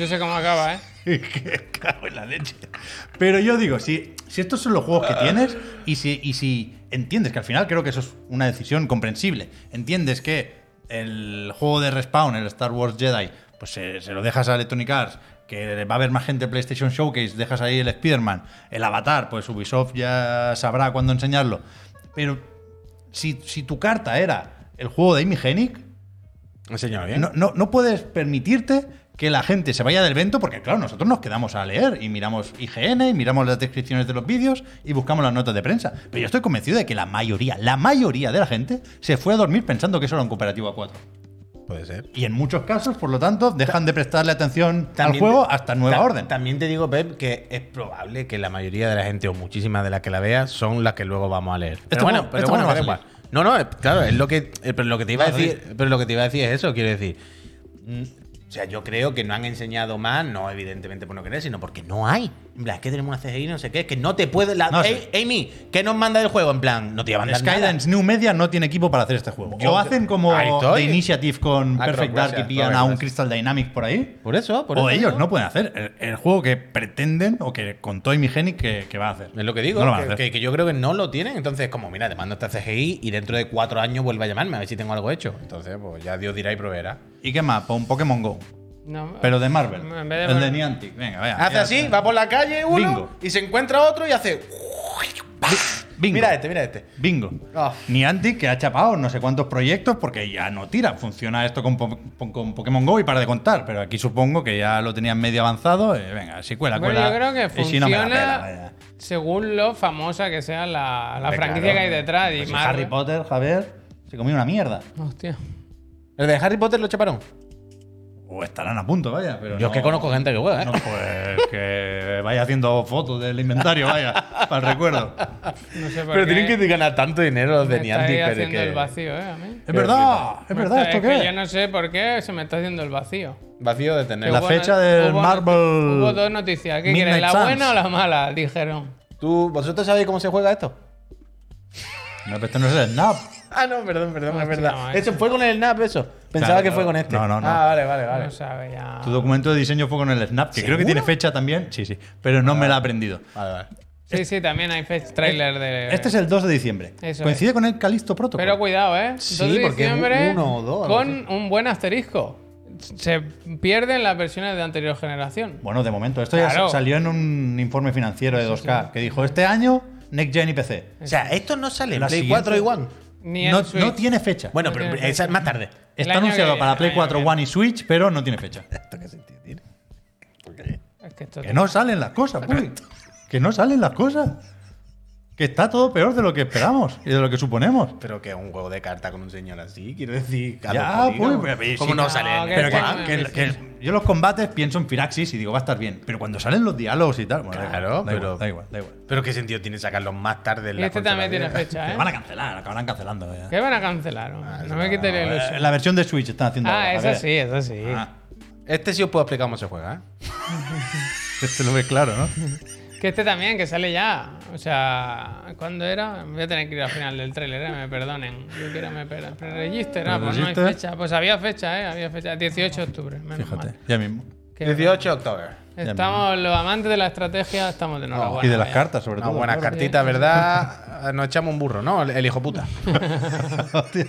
Speaker 1: Yo sé cómo acaba, ¿eh?
Speaker 2: que cago en la leche. Ah. Pero yo digo, si, si estos son los juegos que tienes y si, y si entiendes, que al final creo que eso es una decisión comprensible, entiendes que el juego de Respawn, el Star Wars Jedi, pues se, se lo dejas a Electronic Arts, que va a haber más gente en PlayStation Showcase, dejas ahí el Spider-Man, el Avatar, pues Ubisoft ya sabrá cuándo enseñarlo. Pero si, si tu carta era el juego de Amy Hennig,
Speaker 3: Enseñado bien.
Speaker 2: no, no, no puedes permitirte que la gente se vaya del evento porque, claro, nosotros nos quedamos a leer y miramos IGN y miramos las descripciones de los vídeos y buscamos las notas de prensa. Pero yo estoy convencido de que la mayoría, la mayoría de la gente se fue a dormir pensando que eso era un cooperativo a 4.
Speaker 3: Puede ser.
Speaker 2: Y en muchos casos, por lo tanto, dejan de prestarle atención al
Speaker 3: También
Speaker 2: juego
Speaker 3: te-
Speaker 2: hasta nueva
Speaker 3: ta-
Speaker 2: orden.
Speaker 3: También te digo, Pep, que es probable que la mayoría de la gente, o muchísimas de las que la vea, son las que luego vamos a leer. Pero
Speaker 2: Esto
Speaker 3: bueno,
Speaker 2: cómo-
Speaker 3: pero
Speaker 2: esto
Speaker 3: bueno,
Speaker 2: cómo
Speaker 3: me da
Speaker 2: va a
Speaker 3: igual. No, no, es- claro, es lo que, eh, pero lo que te iba a
Speaker 2: Va a salir.
Speaker 3: decir, pero lo que te iba a decir es eso, quiero decir. mm, O sea, yo creo que no han enseñado más, no evidentemente por no querer, sino porque no hay. En plan, es que tenemos una CGI, no sé qué, es que no te puede. La,
Speaker 2: No sé.
Speaker 3: Ey, Amy, ¿qué nos manda el juego? En plan, no te va a mandar nada.
Speaker 2: Skydance New Media no tiene equipo para hacer este juego.
Speaker 3: Yo-
Speaker 2: o hacen como
Speaker 3: Ahí estoy.
Speaker 2: The Initiative con
Speaker 3: Ah,
Speaker 2: Perfect
Speaker 3: gracias,
Speaker 2: Dark y pillan
Speaker 3: gracias.
Speaker 2: a un Crystal Dynamics por ahí.
Speaker 3: Por eso, por
Speaker 2: o
Speaker 3: eso.
Speaker 2: ellos
Speaker 3: ¿no?
Speaker 2: no pueden hacer el, el juego que pretenden o que contó Imigenic que, que va a hacer.
Speaker 3: Es lo que digo,
Speaker 2: No lo van a
Speaker 3: que,
Speaker 2: hacer.
Speaker 3: que- que yo creo que no lo tienen. Entonces, como, mira, te mando esta CGI y dentro de cuatro años vuelve a llamarme a ver si tengo algo hecho. Entonces, pues ya Dios dirá y proveerá.
Speaker 2: ¿Y qué más? Pues un Pokémon Go.
Speaker 1: No,
Speaker 2: Pero de Marvel.
Speaker 1: En vez de
Speaker 2: el
Speaker 1: Marvel.
Speaker 2: de Niantic. Venga, vaya.
Speaker 3: Hace
Speaker 2: Ah, ya
Speaker 3: así,
Speaker 2: está.
Speaker 3: va por la calle uno
Speaker 2: Bingo.
Speaker 3: y se encuentra otro y hace.
Speaker 2: Bingo.
Speaker 3: Mira este, mira este.
Speaker 2: Bingo.
Speaker 3: Ah.
Speaker 2: Niantic que ha chapado no sé cuántos proyectos porque ya no tira. Funciona esto con, po- con Pokémon Go y para de contar. Pero aquí supongo que ya lo tenían medio avanzado. eh, venga, si cuela,
Speaker 1: Bueno,
Speaker 2: cuela.
Speaker 1: yo creo que
Speaker 2: Y si no, me la
Speaker 1: funciona
Speaker 2: pela, vaya.
Speaker 1: según lo famosa que sea la, la
Speaker 2: Hombre,
Speaker 1: franquicia
Speaker 2: claro.
Speaker 1: que hay detrás. Y
Speaker 2: Pues si
Speaker 1: Marvel-
Speaker 2: Harry Potter, Javier, se comió una mierda.
Speaker 1: Hostia.
Speaker 3: ¿El de Harry Potter lo chaparon?
Speaker 2: O estarán a punto, vaya. Pero
Speaker 3: Yo es que
Speaker 2: no-
Speaker 3: conozco gente que juega, ¿eh?
Speaker 2: No, pues que vaya haciendo fotos del inventario, vaya, para el recuerdo.
Speaker 1: No sé por
Speaker 3: Pero
Speaker 1: qué
Speaker 3: tienen que ganar tanto dinero los
Speaker 1: me
Speaker 3: de Niantic.
Speaker 1: estáis
Speaker 3: pero
Speaker 1: haciendo
Speaker 3: que-
Speaker 1: el vacío, ¿eh? A mí.
Speaker 2: Es verdad, es
Speaker 1: Me
Speaker 2: verdad,
Speaker 1: está-
Speaker 2: ¿esto
Speaker 1: que
Speaker 2: qué?
Speaker 1: Yo
Speaker 2: es?
Speaker 1: no sé por qué se me está haciendo el vacío.
Speaker 3: Vacío de
Speaker 1: Que
Speaker 3: tener.
Speaker 2: La
Speaker 1: hubo
Speaker 2: fecha
Speaker 1: no-
Speaker 2: del
Speaker 1: hubo-
Speaker 2: Marvel
Speaker 1: Hubo dos noticias. ¿Qué
Speaker 2: Midnight
Speaker 1: quieres? ¿La
Speaker 2: Suns.
Speaker 1: buena o la mala? Dijeron.
Speaker 3: ¿Tú, ¿Vosotros sabéis cómo se juega esto?
Speaker 2: No, pero esto no es el Snap.
Speaker 3: Ah, no, perdón, perdón, es verdad.
Speaker 1: no, eh.
Speaker 3: eso fue con el Snap, eso. Pensaba
Speaker 2: Claro,
Speaker 3: que
Speaker 2: no.
Speaker 3: fue con este.
Speaker 2: No, no, no.
Speaker 3: Ah, vale, vale, vale.
Speaker 1: No sabe ya.
Speaker 2: Tu documento de diseño fue con el Snap, que creo que tiene fecha también. Sí, sí, pero no me la he aprendido.
Speaker 3: Vale, vale.
Speaker 1: Sí, sí, también hay fest trailer de.
Speaker 2: Este es el 2 de diciembre.
Speaker 1: Eh. Eso
Speaker 2: Coincide con el Calisto Protocol.
Speaker 1: Pero cuidado, ¿eh?
Speaker 3: Sí,
Speaker 1: 2 de
Speaker 3: porque
Speaker 1: diciembre
Speaker 3: uno o dos, algo
Speaker 1: Con un buen asterisco. Se pierden las versiones de anterior generación.
Speaker 2: Bueno, de momento, esto ya
Speaker 1: Claro.
Speaker 2: salió en un informe financiero de 2K que dijo: Este año, Next Gen y PC.
Speaker 3: O sea, esto no sale en
Speaker 2: La
Speaker 3: Play
Speaker 2: siguiente-
Speaker 3: 4 y One.
Speaker 1: Ni en
Speaker 2: No,
Speaker 1: Switch.
Speaker 2: no tiene fecha.
Speaker 3: Bueno,
Speaker 1: No
Speaker 3: pero
Speaker 1: tiene
Speaker 3: esa es
Speaker 1: fecha.
Speaker 3: más tarde.
Speaker 1: el
Speaker 2: Está
Speaker 1: año
Speaker 2: anunciado
Speaker 1: que-
Speaker 2: para Play
Speaker 1: el año
Speaker 2: 4,
Speaker 1: que-
Speaker 2: One y Switch, pero no tiene fecha.
Speaker 1: Es que esto
Speaker 2: Que no salen las cosas, Puy. Que no salen las cosas. Que está todo peor de lo que esperamos y de lo que suponemos.
Speaker 3: Pero que es un juego de carta con un señor así, quiero decir.
Speaker 2: Ya,
Speaker 3: a los jodidos.
Speaker 2: pues, pero- pero
Speaker 3: ¿Cómo
Speaker 2: sí,
Speaker 3: no
Speaker 1: no,
Speaker 3: sale? en
Speaker 1: que-
Speaker 3: el
Speaker 2: Pero que,
Speaker 3: One?
Speaker 1: Juan,
Speaker 2: que-
Speaker 1: sí,
Speaker 2: que yo los combates pienso en Firaxis y digo, va a estar bien. Pero cuando salen los diálogos y tal, bueno, da
Speaker 3: Claro,
Speaker 2: igual, da
Speaker 3: pero-
Speaker 2: igual, da igual, da igual.
Speaker 3: Pero qué sentido tiene sacarlos más tarde en
Speaker 1: Y
Speaker 3: la
Speaker 1: este
Speaker 3: consola
Speaker 1: también tiene
Speaker 3: vieja?
Speaker 1: fecha,
Speaker 2: Que
Speaker 1: ¿eh?
Speaker 2: van a cancelar, acabarán cancelando. ya.
Speaker 1: ¿Qué van a cancelar? hombre? no me quites la
Speaker 2: Eh,
Speaker 1: ilusión.
Speaker 2: La versión de Switch están haciendo.
Speaker 1: Ah,
Speaker 2: ahora,
Speaker 1: esa
Speaker 2: Javier.
Speaker 1: sí, esa sí.
Speaker 2: Ah,
Speaker 3: Este sí os puedo explicar cómo se juega, ¿eh?
Speaker 2: este lo ves claro, ¿no?
Speaker 1: Que este también, que sale ya. O sea, ¿cuándo era? Voy a tener que ir al final del tráiler, eh, me perdonen. Yo quiero me per- pre-register. Ah, pues no hay
Speaker 2: Pre-register.
Speaker 1: fecha. Pues había fecha, ¿eh? Había fecha. 18 de octubre, menos
Speaker 2: Fíjate,
Speaker 1: mal.
Speaker 2: ya mismo.
Speaker 1: Qué
Speaker 3: 18 de octubre.
Speaker 1: bueno. Estamos, los amantes de la estrategia, estamos de enhorabuena.
Speaker 2: Oh,
Speaker 1: ¿eh?
Speaker 2: y de las
Speaker 1: vaya.
Speaker 2: cartas, sobre
Speaker 3: Una
Speaker 2: todo.
Speaker 3: Ah, buena
Speaker 2: claro.
Speaker 3: cartita, ¿verdad? Ah, Nos echamos un burro, ¿no? El- El hijo puta.
Speaker 2: Hostia.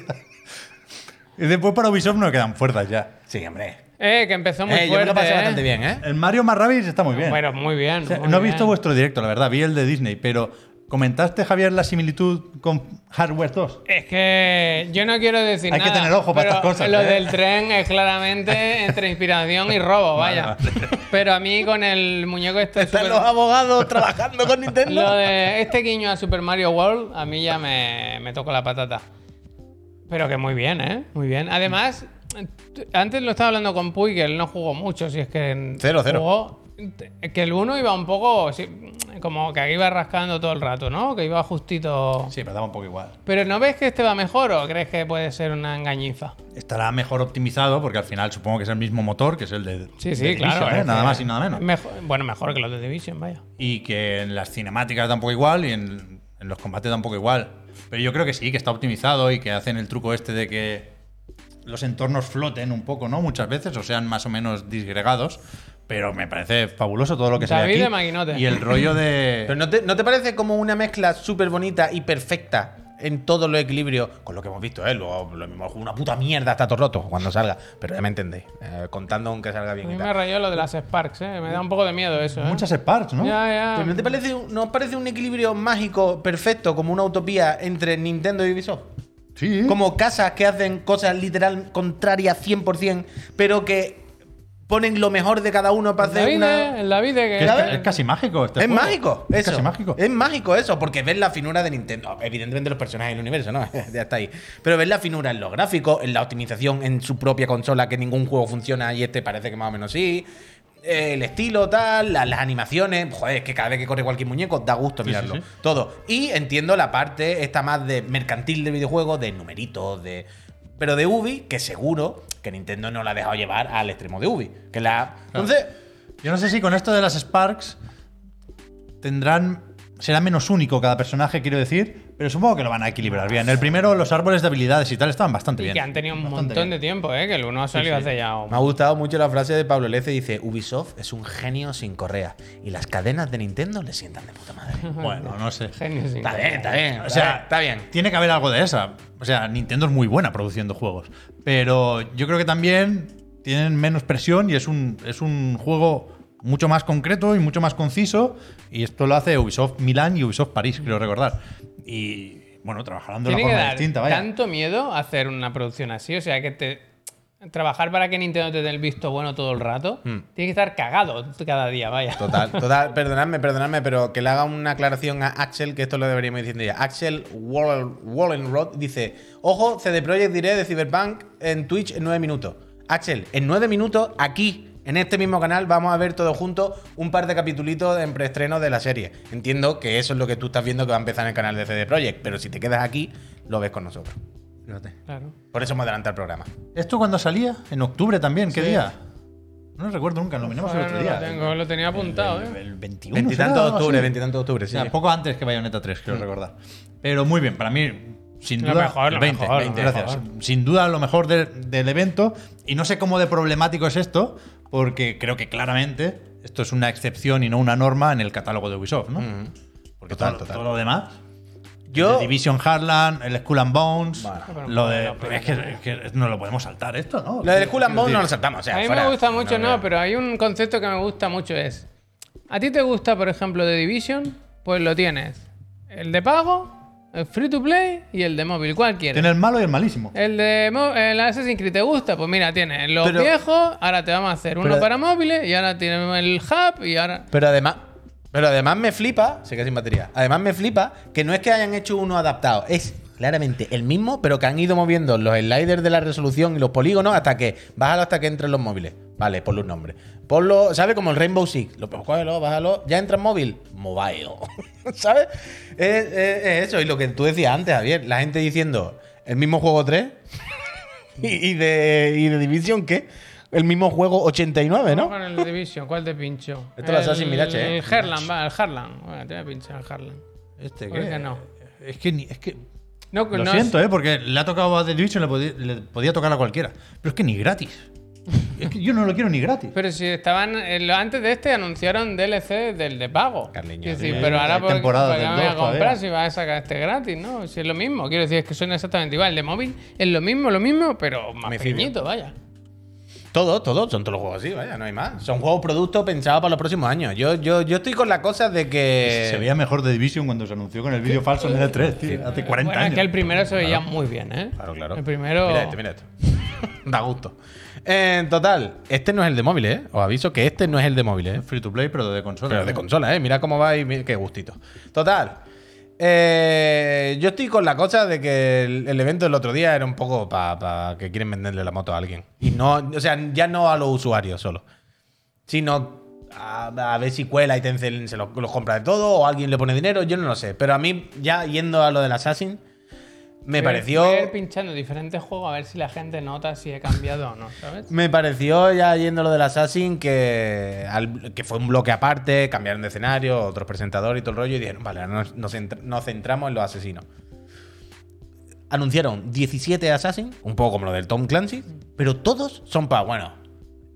Speaker 2: y después para Ubisoft no quedan fuerzas ya.
Speaker 3: Sí, hombre.
Speaker 1: Eh, que empezó muy
Speaker 3: Eh, yo me
Speaker 1: fuerte.
Speaker 3: lo pasé
Speaker 1: eh. Ah,
Speaker 3: bastante bien, ¿eh?
Speaker 2: El Mario más Rabbids está muy bien.
Speaker 1: Bueno, muy bien.
Speaker 2: O sea,
Speaker 1: muy
Speaker 2: no he
Speaker 1: bien.
Speaker 2: visto vuestro directo, la verdad, vi el de Disney, pero comentaste, Javier, la similitud con Hardware 2.
Speaker 1: Es que yo no quiero decir
Speaker 2: Hay que
Speaker 1: nada.
Speaker 2: tener ojo para
Speaker 1: pero
Speaker 2: estas cosas,
Speaker 1: Lo
Speaker 2: ¿eh?
Speaker 1: del tren es claramente entre inspiración y robo, vaya. Pero a mí con el muñeco este.
Speaker 3: Están
Speaker 1: super-
Speaker 3: los abogados trabajando con Nintendo.
Speaker 1: Lo de este guiño a Super Mario World, a mí ya me, me tocó la patata. Pero que muy bien, ¿eh? Muy bien. Además, t- antes lo estaba hablando con Puy, que él no jugó mucho, si es que. en-
Speaker 3: Cero, cero.
Speaker 1: jugó, t- que el uno iba un poco. sí, Como que iba rascando todo el rato, ¿no? Que iba justito.
Speaker 2: Sí, pero daba un poco igual.
Speaker 1: Pero ¿no ves que este va mejor o crees que puede ser una engañifa?
Speaker 2: Estará mejor optimizado porque al final supongo que es el mismo motor, que es el de.
Speaker 1: Sí, sí,
Speaker 2: de Division,
Speaker 1: claro.
Speaker 2: ¿eh?
Speaker 1: es
Speaker 2: Nada
Speaker 1: que-
Speaker 2: más y nada menos.
Speaker 1: Mejor- bueno, mejor que los de Division, vaya.
Speaker 2: Y que en las cinemáticas tampoco igual y en, en los combates tampoco igual. Pero yo creo que sí, que está optimizado y que hacen el truco este de que los entornos floten un poco, ¿no? Muchas veces, o sean más o menos disgregados. Pero me parece fabuloso todo lo que se ve
Speaker 1: David
Speaker 2: aquí.
Speaker 1: de Maquinote.
Speaker 2: Y el rollo de.
Speaker 3: Pero ¿no te, ¿no te parece como una mezcla súper bonita y perfecta en todos los equilibrios? Con lo que hemos visto, ¿eh? Lo, lo mismo, una puta mierda está todo roto cuando salga. Pero ya me entendéis. Eh, contando aunque salga
Speaker 1: A
Speaker 3: bien
Speaker 1: mí
Speaker 3: y
Speaker 1: me
Speaker 3: tal.
Speaker 1: rayó lo de las Sparks, ¿eh? Me da un poco de miedo eso, ¿eh?
Speaker 2: Muchas Sparks, ¿no? Pues
Speaker 1: Ya,
Speaker 3: ¿Pero ¿No
Speaker 1: ya.
Speaker 3: te parece, un- no os parece un equilibrio mágico, perfecto, como una utopía entre Nintendo y Ubisoft?
Speaker 2: Sí.
Speaker 3: Como casas que hacen cosas literal contrarias 100%, pero que ponen lo mejor de cada uno para
Speaker 1: El
Speaker 3: hacer
Speaker 1: David,
Speaker 3: una...
Speaker 1: eh, el David, eh,
Speaker 2: Que
Speaker 1: que-
Speaker 2: Es,
Speaker 3: ¿Sabes?
Speaker 2: es casi mágico. Este
Speaker 3: Es
Speaker 2: juego.
Speaker 3: mágico,
Speaker 2: Es
Speaker 3: eso.
Speaker 2: casi mágico.
Speaker 3: Es mágico eso, porque ves la finura de Nintendo. Evidentemente los personajes del universo, ¿no? ya está ahí. Pero ves la finura en los gráficos, en la optimización, en su propia consola, que ningún juego funciona y este parece que más o menos sí. Eh, El estilo, tal, la- las animaciones. Joder, es que cada vez que corre cualquier muñeco da gusto mirarlo.
Speaker 2: sí, sí.
Speaker 3: Todo. Y entiendo la parte esta más de mercantil de videojuegos, de numeritos, de. Pero de Ubi, que seguro que Nintendo no la ha dejado llevar al extremo de Ubi. Que la. Entonces.
Speaker 2: Yo no sé si con esto de las Sparks tendrán. Será menos único cada personaje, quiero decir, pero supongo que lo van a equilibrar bien. El primero, los árboles de habilidades y tal estaban bastante
Speaker 1: y
Speaker 2: bien.
Speaker 1: que han tenido un
Speaker 2: Bastante
Speaker 1: montón de
Speaker 2: bien.
Speaker 1: tiempo, ¿eh? Que el uno ha salido hace ya. un-
Speaker 3: Me ha gustado mucho la frase de Pablo Lece, dice, Ubisoft es un genio sin correa y las cadenas de Nintendo le sientan de puta madre.
Speaker 2: Bueno, no sé.
Speaker 1: Genio sin
Speaker 3: está bien, está bien.
Speaker 2: O sea,
Speaker 3: está bien.
Speaker 2: Tiene que haber algo de esa. O sea, Nintendo es muy buena produciendo juegos. Pero yo creo que también tienen menos presión y es un, es un juego mucho más concreto y mucho más conciso. Y esto lo hace Ubisoft Milán y Ubisoft París, creo recordar. Y bueno, trabajarán de una
Speaker 1: Tiene que
Speaker 2: forma
Speaker 1: dar
Speaker 2: distinta, vaya.
Speaker 1: tanto miedo hacer una producción así. O sea, que te. Trabajar para que Nintendo te dé el visto bueno todo el rato.
Speaker 2: Hmm.
Speaker 1: Tiene que estar cagado cada día, vaya.
Speaker 3: Total, total, perdonadme, perdonadme, pero que le haga una aclaración a Axel, que esto lo deberíamos ir diciendo ya. Axel Wallen- Wallenrod dice, ojo, CD Projekt diré de Cyberpunk en Twitch en 9 minutos. Axel, en nueve minutos, aquí, en este mismo canal, vamos a ver todos juntos un par de capitulitos en preestreno de la serie. Entiendo que eso es lo que tú estás viendo que va a empezar en el canal de CD Projekt, pero si te quedas aquí, lo ves con nosotros.
Speaker 2: Fíjate.
Speaker 1: Claro.
Speaker 3: Por eso hemos adelantado el programa.
Speaker 2: ¿Esto cuando salía? ¿En octubre también? ¿Qué día? No recuerdo nunca, lo miramos el
Speaker 1: Ahora
Speaker 2: otro
Speaker 1: no
Speaker 2: día.
Speaker 1: lo, tengo, lo tenía apuntado, ¿eh?
Speaker 2: El 21.
Speaker 3: Veintitantos
Speaker 2: será,
Speaker 3: de octubre,
Speaker 2: algo así.
Speaker 3: veintitantos de octubre, sí.
Speaker 2: O sea, poco antes que Bayonetta 3, creo recordar. Pero muy bien, para mí, sin
Speaker 1: Lo
Speaker 2: duda.
Speaker 1: mejor, lo
Speaker 2: 20,
Speaker 1: mejor, lo
Speaker 2: 20,
Speaker 1: mejor.
Speaker 2: gracias. Sin duda, lo mejor del, del evento. Y no sé cómo de problemático es esto, porque creo que claramente esto es una excepción y no una norma en el catálogo de Ubisoft, ¿no? Porque
Speaker 3: Mm-hmm. Total,
Speaker 2: todo,
Speaker 3: total.
Speaker 2: todo lo demás.
Speaker 3: Yo-
Speaker 2: The Division Heartland, el Skull and Bones.
Speaker 1: Bueno. pues
Speaker 2: lo de.
Speaker 1: Bueno,
Speaker 2: es, que, es que no lo podemos saltar esto, ¿no?
Speaker 3: Lo del Skull and Bones
Speaker 2: Quiero
Speaker 3: no lo
Speaker 2: decir,
Speaker 3: saltamos. o sea,
Speaker 1: a mí
Speaker 3: fuera.
Speaker 1: me gusta mucho, no,
Speaker 3: no.
Speaker 1: pero hay un concepto que me gusta mucho es. ¿A ti te gusta, por ejemplo, The Division? Pues lo tienes. El de pago, el free to play y el de móvil, ¿cuál quieres?
Speaker 2: Tiene el malo y el malísimo.
Speaker 1: El de mo- el Assassin's Creed te gusta, pues mira, tienes los
Speaker 3: Pero-
Speaker 1: viejos, ahora te vamos a hacer uno
Speaker 3: pero-
Speaker 1: para móviles y ahora tenemos el hub y ahora
Speaker 3: Pero además, pero además me flipa, se queda sin batería. Además me flipa que no es que hayan hecho uno adaptado, es claramente el mismo, pero que han ido moviendo los sliders de la resolución y los polígonos hasta que bájalo hasta que entren los móviles. Vale, ponle un nombre. Ponlo, ¿sabes? Como el Rainbow Six. Lo pues, cógelo, bájalo. Ya entra en móvil. Mobile. ¿Sabes? Es, es- es eso. Y lo que tú decías antes, Javier. La gente diciendo el mismo juego 3 y, y de, y de Division, ¿qué? El mismo juego 89, ¿no?
Speaker 1: Vamos con el Division, ¿cuál te pincho?
Speaker 3: Esto lo haces sin mirache, ¿eh?
Speaker 1: El Herland, va, el Harlan. Bueno, te voy a pinchar el Harlan.
Speaker 2: Este,
Speaker 1: Porque
Speaker 2: ¿qué?
Speaker 1: no.
Speaker 2: Es que, ni- es que
Speaker 1: No,
Speaker 2: Lo
Speaker 1: no,
Speaker 2: siento, ¿eh? Porque le ha tocado a The Division, le podía, le podía tocar a cualquiera. Pero es que ni gratis. Es que yo no lo quiero ni gratis.
Speaker 1: Pero si estaban. el- antes de este anunciaron DLC del de pago.
Speaker 3: Carliño,
Speaker 1: Quiero decir,
Speaker 3: dime,
Speaker 1: pero
Speaker 2: hay
Speaker 1: ahora por,
Speaker 2: temporadas
Speaker 1: ¿para qué
Speaker 2: del
Speaker 1: me voy a
Speaker 2: dos todavía.
Speaker 1: comprar si vas a sacar este gratis, ¿no? Si es lo mismo. Quiero decir, es que son exactamente igual. El de móvil es lo mismo, lo mismo, pero más
Speaker 3: Me fibio.
Speaker 1: pequeñito, vaya.
Speaker 3: Todos, todos, son todos los juegos así, vaya, no hay más. Son juegos productos pensados para los próximos años. Yo, yo, yo estoy con la cosa de que.
Speaker 2: se veía mejor The Division cuando se anunció con el vídeo falso en el E3, tío, hace 40
Speaker 1: bueno, es
Speaker 2: años.
Speaker 1: que el primero se veía muy bien, ¿eh?
Speaker 3: Claro, claro.
Speaker 1: El primero.
Speaker 3: Mira este, mira este. da gusto. En total, este no es el de móviles, ¿eh? Os aviso que este no es el de móviles, ¿eh?
Speaker 2: Free to play, pero de consola.
Speaker 3: Pero de
Speaker 2: ¿no?
Speaker 3: consola, ¿eh? Mira cómo va y mira qué gustito. Total. eh, yo estoy con la cosa de que el, el evento del otro día era un poco para que quieren venderle la moto a alguien. Y no, o sea, ya no a los usuarios solo, sino a, a ver si cuela y Tencent se los, los compra de todo o alguien le pone dinero, yo no lo sé. Pero a mí, ya yendo a lo del Assassin,
Speaker 1: Voy
Speaker 3: me
Speaker 1: a-
Speaker 3: pareció.
Speaker 1: voy a ir pinchando diferentes juegos a ver si la gente nota si he cambiado o no, ¿sabes?
Speaker 3: Me pareció, ya yendo lo del Assassin, que, al- que fue un bloque aparte, cambiaron de escenario, otros presentadores y todo el rollo, y dijeron, vale, ahora nos, nos centr- nos centramos en los asesinos. Anunciaron 17 Assassin, un poco como lo del Tom Clancy, pero todos son para, bueno,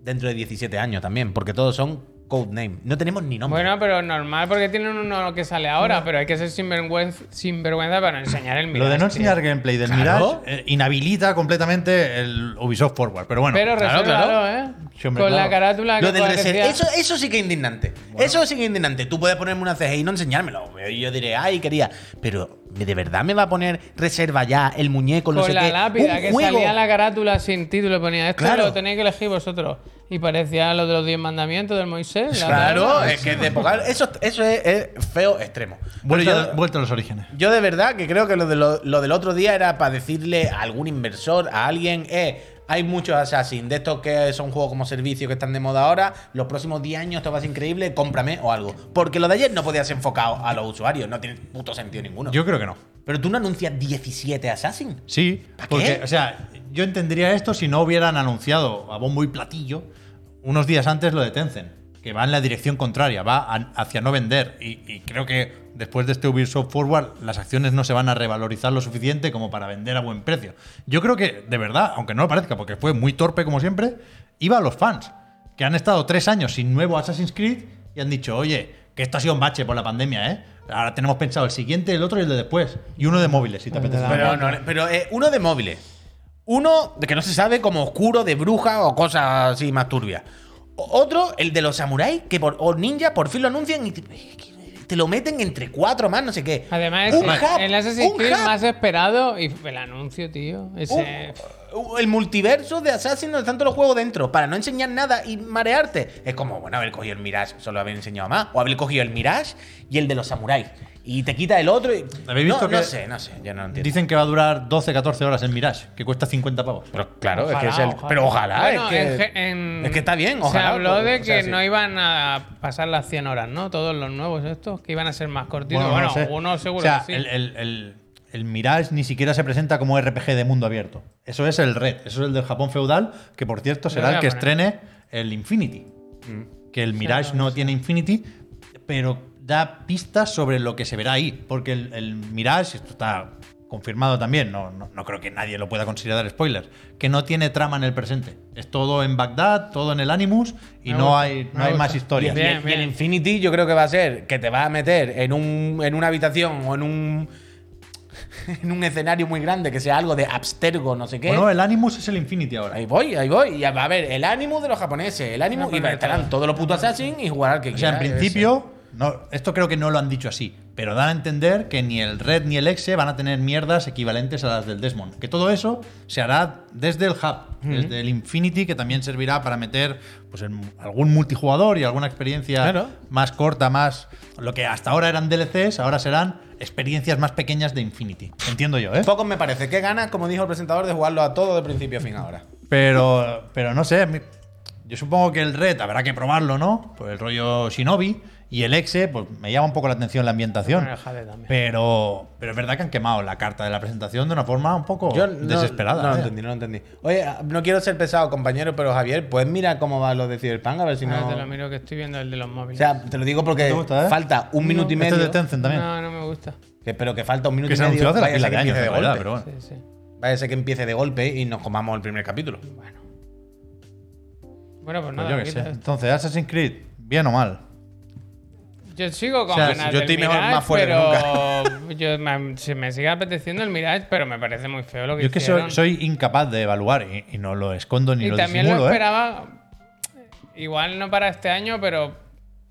Speaker 3: dentro de 17 años también, porque todos son codename. No tenemos ni nombre.
Speaker 1: Bueno, pero normal porque tienen uno que sale ahora, pero hay que ser sinvergüenza, sinvergüenza para no enseñar el
Speaker 2: Lo de no
Speaker 1: Mirage, tío.
Speaker 2: enseñar gameplay del
Speaker 3: Claro.
Speaker 2: Mirage eh, inhabilita completamente el Ubisoft Forward. Pero bueno,
Speaker 1: Pero
Speaker 2: claro,
Speaker 1: resérvalo,
Speaker 2: claro.
Speaker 1: ¿eh?
Speaker 2: Sí, hombre,
Speaker 1: Con la
Speaker 2: claro.
Speaker 1: carátula
Speaker 3: Lo
Speaker 1: Ah, que
Speaker 3: del
Speaker 1: pueda
Speaker 3: reser-
Speaker 1: decir-
Speaker 3: eso, eso sí que es indignante. Eso sí que es indignante. Tú puedes ponerme una CGI y no enseñármelo. Y Yo diré, ay, quería. Pero, ¿de verdad me va a poner reserva ya el muñeco? No sé
Speaker 1: Con la
Speaker 3: qué?
Speaker 1: lápida
Speaker 3: Un
Speaker 1: que
Speaker 3: juego.
Speaker 1: salía la carátula sin título ponía esto
Speaker 3: Claro.
Speaker 1: lo tenéis que elegir vosotros y parecía lo de los diez mandamientos del Moisés. la
Speaker 3: Claro,
Speaker 1: palabra.
Speaker 3: es que es de poca- Eso, eso es, es feo extremo. Pero
Speaker 2: Vuelta,
Speaker 3: yo,
Speaker 2: vuelta a los orígenes.
Speaker 3: yo de verdad que creo que lo, de lo, lo del otro día era para decirle a algún inversor, a alguien, eh. Hay muchos Assassin de estos que son juegos como servicio que están de moda ahora. Los próximos 10 años esto va a ser increíble, cómprame o algo. Porque lo de ayer no podía ser enfocado a los usuarios, no tiene puto sentido ninguno.
Speaker 2: Yo creo que no.
Speaker 3: Pero tú no anuncias 17 Assassin.
Speaker 2: Sí,
Speaker 3: ¿Para
Speaker 2: porque,
Speaker 3: qué?
Speaker 2: o sea, yo entendería esto si no hubieran anunciado a bombo y platillo unos días antes lo de Tencent, que va en la dirección contraria, va a- hacia no vender. Y, y creo que después de este Ubisoft Forward, las acciones no se van a revalorizar lo suficiente como para vender a buen precio. Yo creo que, de verdad, aunque no lo parezca, porque fue muy torpe como siempre, iba a los fans, que han estado tres años sin nuevo Assassin's Creed y han dicho, oye, que esto ha sido un bache por la pandemia, ¿eh? Ahora tenemos pensado el siguiente, el otro y el de después. Y uno de móviles, si te apetece.
Speaker 3: Pero, no, pero eh, uno de móviles. Uno de que no se sabe como oscuro, de bruja o cosas así más turbias. O- Otro, el de los samuráis, que por, o ninja, por fin lo anuncian y te, te lo meten entre cuatro más, no sé qué.
Speaker 1: Además,
Speaker 3: Un
Speaker 1: es
Speaker 3: hub,
Speaker 1: el Assassin's
Speaker 3: un
Speaker 1: Creed
Speaker 3: hub.
Speaker 1: más esperado y el anuncio, tío. Ese,
Speaker 3: el multiverso de Assassin's donde están todos los juegos dentro, para no enseñar nada y marearte. Es como, bueno, haber cogido el Mirage, solo haber enseñado más. O haber cogido el Mirage y el de los samuráis. Y te quita el otro y.
Speaker 2: ¿Habéis
Speaker 3: no,
Speaker 2: visto
Speaker 3: no
Speaker 2: que-
Speaker 3: sé, no sé, yo no lo entiendo.
Speaker 2: Dicen que va a durar 12, 14 horas en Mirage, que cuesta 50 pavos.
Speaker 3: Pero claro, es que
Speaker 1: Ojalá,
Speaker 3: es el.
Speaker 1: ojalá.
Speaker 3: Pero ojalá,
Speaker 1: Bueno,
Speaker 3: es, que,
Speaker 1: en ge- en-
Speaker 3: es que está bien, ojalá. pues,
Speaker 1: Se habló de
Speaker 3: o
Speaker 1: que
Speaker 3: sea, sí.
Speaker 1: no iban a pasar las 100 horas, ¿no? Todos los nuevos estos, que iban a ser más cortitos.
Speaker 2: no
Speaker 1: Bueno,
Speaker 2: sé.
Speaker 1: uno seguro
Speaker 2: O sea,
Speaker 1: que sí.
Speaker 2: el, el- el- el Mirage ni siquiera se presenta como RPG de mundo abierto. Eso es el Red, eso es el del Japón feudal, que por cierto será
Speaker 1: voy
Speaker 2: el
Speaker 1: a
Speaker 2: que
Speaker 1: poner.
Speaker 2: estrene el Infinity. Que el Mirage no tiene Infinity, pero da pistas sobre lo que se verá ahí. Porque el, el Mirage, esto está confirmado también, no, no- no creo que nadie lo pueda considerar spoiler, que no tiene trama en el presente. Es todo en Bagdad, todo en el Animus y
Speaker 1: Me
Speaker 2: no
Speaker 1: gusta,
Speaker 2: hay, no
Speaker 1: me
Speaker 2: hay
Speaker 1: gusta.
Speaker 2: más historia.
Speaker 1: Bien,
Speaker 3: Y el- y el Infinity yo creo que va a ser que te vas a meter en, un, en una habitación o en un en un escenario muy grande que sea algo de abstergo, no sé qué.
Speaker 2: Bueno, el Animus es el Infinity ahora.
Speaker 3: ahí voy, ahí voy. Y va a haber el ánimo de los japoneses, el ánimo
Speaker 1: Una
Speaker 3: y estarán
Speaker 1: puñetada.
Speaker 3: todos los putos assassins y jugar al que
Speaker 2: O sea, en
Speaker 3: quiera, yo qué
Speaker 2: principio, no, esto creo que no lo han dicho así, pero dan a entender que ni el Red ni el Exe van a tener mierdas equivalentes a las del Desmond. Que todo eso se hará desde el Hub, desde el Infinity, que también servirá para meter pues, el- algún multijugador y alguna experiencia
Speaker 3: Claro.
Speaker 2: más corta, más. Lo que hasta ahora eran DLCs, ahora serán experiencias más pequeñas de Infinity. Entiendo yo, ¿eh?
Speaker 3: sé. Pocos me parece. Qué ganas, como dijo el presentador, de jugarlo a todo de principio a fin ahora.
Speaker 2: Pero, pero no sé. mi- Yo supongo que el Red habrá que probarlo, ¿no? Por el rollo Shinobi. Y el Exe, pues me llama un poco la atención la ambientación.
Speaker 1: Bueno, el Jade también.
Speaker 2: Pero, pero es verdad que han quemado la carta de la presentación de una forma un poco
Speaker 3: Yo no-
Speaker 2: desesperada. eh.
Speaker 3: No, lo
Speaker 2: vaya.
Speaker 3: entendí, no lo entendí. Oye, no quiero ser pesado, compañero, pero Javier, pues mira cómo va lo de Cyberpunk, a ver si
Speaker 1: Ahora Ah, te lo
Speaker 3: no.
Speaker 1: miro que estoy viendo el de los
Speaker 3: O
Speaker 1: móviles.
Speaker 3: sea, te lo digo porque
Speaker 2: ¿Te gusta, eh?
Speaker 3: falta un minuto y
Speaker 2: Este
Speaker 3: medio.
Speaker 2: es de Tencent también.
Speaker 1: No, no me gusta.
Speaker 3: Que, pero que falta un minuto
Speaker 2: que
Speaker 3: y
Speaker 2: se
Speaker 3: medio.
Speaker 2: anunció hace la
Speaker 3: vaya a
Speaker 2: pila
Speaker 3: ser
Speaker 2: de
Speaker 3: que
Speaker 2: años,
Speaker 3: empiece
Speaker 2: en
Speaker 3: de
Speaker 2: realidad,
Speaker 3: golpe.
Speaker 2: pero bueno.
Speaker 1: Sí, sí.
Speaker 3: Vaya a ser que empiece de golpe y nos comamos el primer capítulo.
Speaker 1: Bueno. Bueno, pues
Speaker 2: Pues
Speaker 1: nada.
Speaker 2: yo qué
Speaker 1: quita
Speaker 2: sé.
Speaker 1: esto.
Speaker 2: Entonces, Assassin's Creed, bien o mal.
Speaker 1: Yo sigo con
Speaker 2: O sea,
Speaker 1: ganas
Speaker 2: yo
Speaker 1: del
Speaker 2: estoy mejor-
Speaker 1: Mirage,
Speaker 2: más fuerte
Speaker 1: pero yo me, se me sigue apeteciendo el Mirage, pero me parece muy feo lo que
Speaker 2: Yo es que soy,
Speaker 1: hicieron.
Speaker 2: soy incapaz de evaluar y, y no lo escondo ni
Speaker 1: y
Speaker 2: lo
Speaker 1: también
Speaker 2: disimulo.
Speaker 1: lo
Speaker 2: ¿eh?
Speaker 1: esperaba, igual no para este año, pero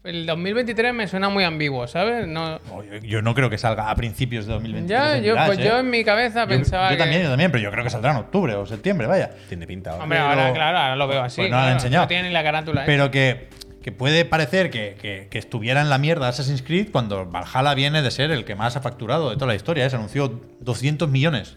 Speaker 1: el 2023 me suena muy ambiguo, ¿sabes? No,
Speaker 2: No, yo, yo no creo que salga a principios de 2023.
Speaker 1: ya,
Speaker 2: el
Speaker 1: yo,
Speaker 2: Mirage,
Speaker 1: pues yo
Speaker 2: ¿eh?
Speaker 1: en mi cabeza
Speaker 2: Yo-
Speaker 1: pensaba
Speaker 2: yo
Speaker 1: que...
Speaker 2: también, yo también, pero yo creo que saldrá en octubre o septiembre, vaya.
Speaker 3: Tiene pinta ahora.
Speaker 1: Hombre, ahora
Speaker 2: pero-
Speaker 1: claro, ahora lo veo así.
Speaker 2: Pues no la han
Speaker 1: claro,
Speaker 2: enseñado.
Speaker 1: No tiene ni la carátula. ¿eh?
Speaker 2: Pero que, que puede parecer que, que- que estuviera en la mierda Assassin's Creed cuando Valhalla viene de ser el que más ha facturado de toda la historia. ¿eh? Se anunció 200 millones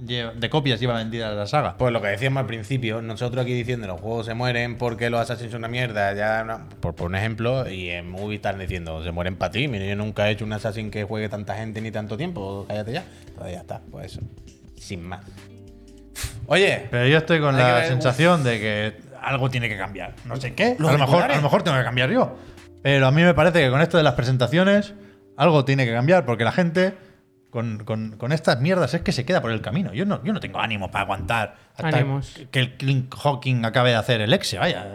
Speaker 2: lle- de copias lleva vendida la saga.
Speaker 3: Pues lo que decíamos al principio, nosotros aquí diciendo los juegos se mueren porque los asesinos son una mierda, ya no- por, por un ejemplo, y en Movie están diciendo se mueren para ti. Mira, yo nunca he hecho un Assassin que juegue tanta gente ni tanto tiempo, cállate ya. Pues ya está, pues eso. Sin más. Oye,
Speaker 2: Pero yo estoy con
Speaker 3: Hay que
Speaker 2: la
Speaker 3: ver-
Speaker 2: sensación de que algo tiene que cambiar. No sé qué.
Speaker 3: Los
Speaker 2: A lo, mejor, a
Speaker 3: titulares.
Speaker 2: lo mejor tengo que cambiar yo. Pero a mí me parece que con esto de las presentaciones algo tiene que cambiar porque la gente con, con- con estas mierdas es que se queda por el camino. Yo no, yo no tengo ánimo para aguantar hasta
Speaker 1: Ánimos.
Speaker 2: que el Clint Hawking acabe de hacer el exe. Vaya.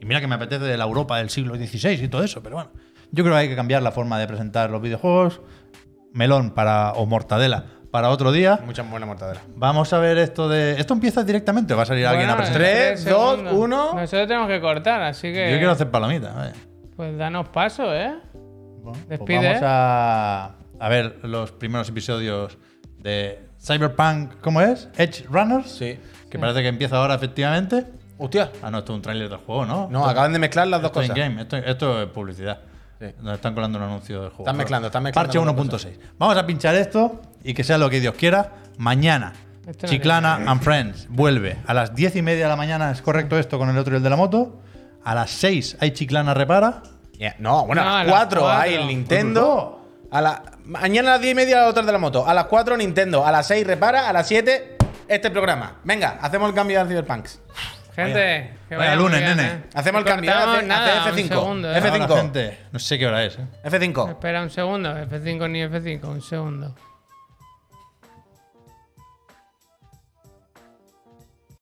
Speaker 2: Y mira que me apetece de la Europa del siglo XVI y todo eso. Pero bueno, yo creo que hay que cambiar la forma de presentar los videojuegos. Melón para o mortadela para otro día.
Speaker 3: mucha buena mortadela.
Speaker 2: Vamos a ver esto de. ¿Esto empieza directamente o va a salir alguien a
Speaker 1: Bueno,
Speaker 2: presentar?
Speaker 1: en
Speaker 3: Tres, dos,
Speaker 1: segundos.
Speaker 3: uno.
Speaker 1: Nosotros tenemos que cortar, así que...
Speaker 2: Yo quiero hacer palomita. vaya.
Speaker 1: Pues danos paso, ¿eh?
Speaker 2: Bueno, pues
Speaker 1: Despide,
Speaker 2: vamos
Speaker 1: ¿eh?
Speaker 2: a, a ver los primeros episodios de Cyberpunk, ¿cómo es? Edge Runners.
Speaker 3: Sí.
Speaker 2: Que parece que empieza ahora, efectivamente.
Speaker 3: Hostia.
Speaker 2: Ah, no, esto es un tráiler del juego, ¿no?
Speaker 3: No, acaban de mezclar las dos
Speaker 2: Esto es
Speaker 3: cosas.
Speaker 2: in-game, esto, esto es publicidad. Nos están colando un anuncio del juego.
Speaker 3: Están mezclando, están mezclando
Speaker 2: Parche
Speaker 3: las dos
Speaker 2: 1.6. Vamos a pinchar esto y que sea lo que Dios quiera. Mañana,
Speaker 1: Esto no
Speaker 2: Chiclana and Friends vuelve a las 10 y media de la mañana. ¿Es correcto esto con el otro y el de la moto? A las 6 hay Chiclana Repara.
Speaker 3: Yeah, No, bueno,
Speaker 1: No,
Speaker 3: a
Speaker 1: a
Speaker 3: las
Speaker 1: las
Speaker 3: 4 hay el
Speaker 1: cuatro.
Speaker 3: Nintendo. A la, mañana a las 10 y media la otra de la moto. A las 4 Nintendo. A las 6 repara. A las 7 este programa. Venga, hacemos el cambio de Cyberpunks.
Speaker 1: Gente, que
Speaker 2: vaya
Speaker 1: muy
Speaker 2: lunes,
Speaker 1: bien,
Speaker 2: nene.
Speaker 1: ¿eh?
Speaker 3: Hacemos el cambio,
Speaker 1: Cortamos
Speaker 3: hace-
Speaker 1: nada,
Speaker 3: hace
Speaker 1: un
Speaker 3: F5.
Speaker 1: segundo, ¿eh?
Speaker 3: F5.
Speaker 2: Ahora, gente, no sé qué hora es. ¿eh?
Speaker 3: F5.
Speaker 1: Espera un segundo, F5 ni F5, un segundo.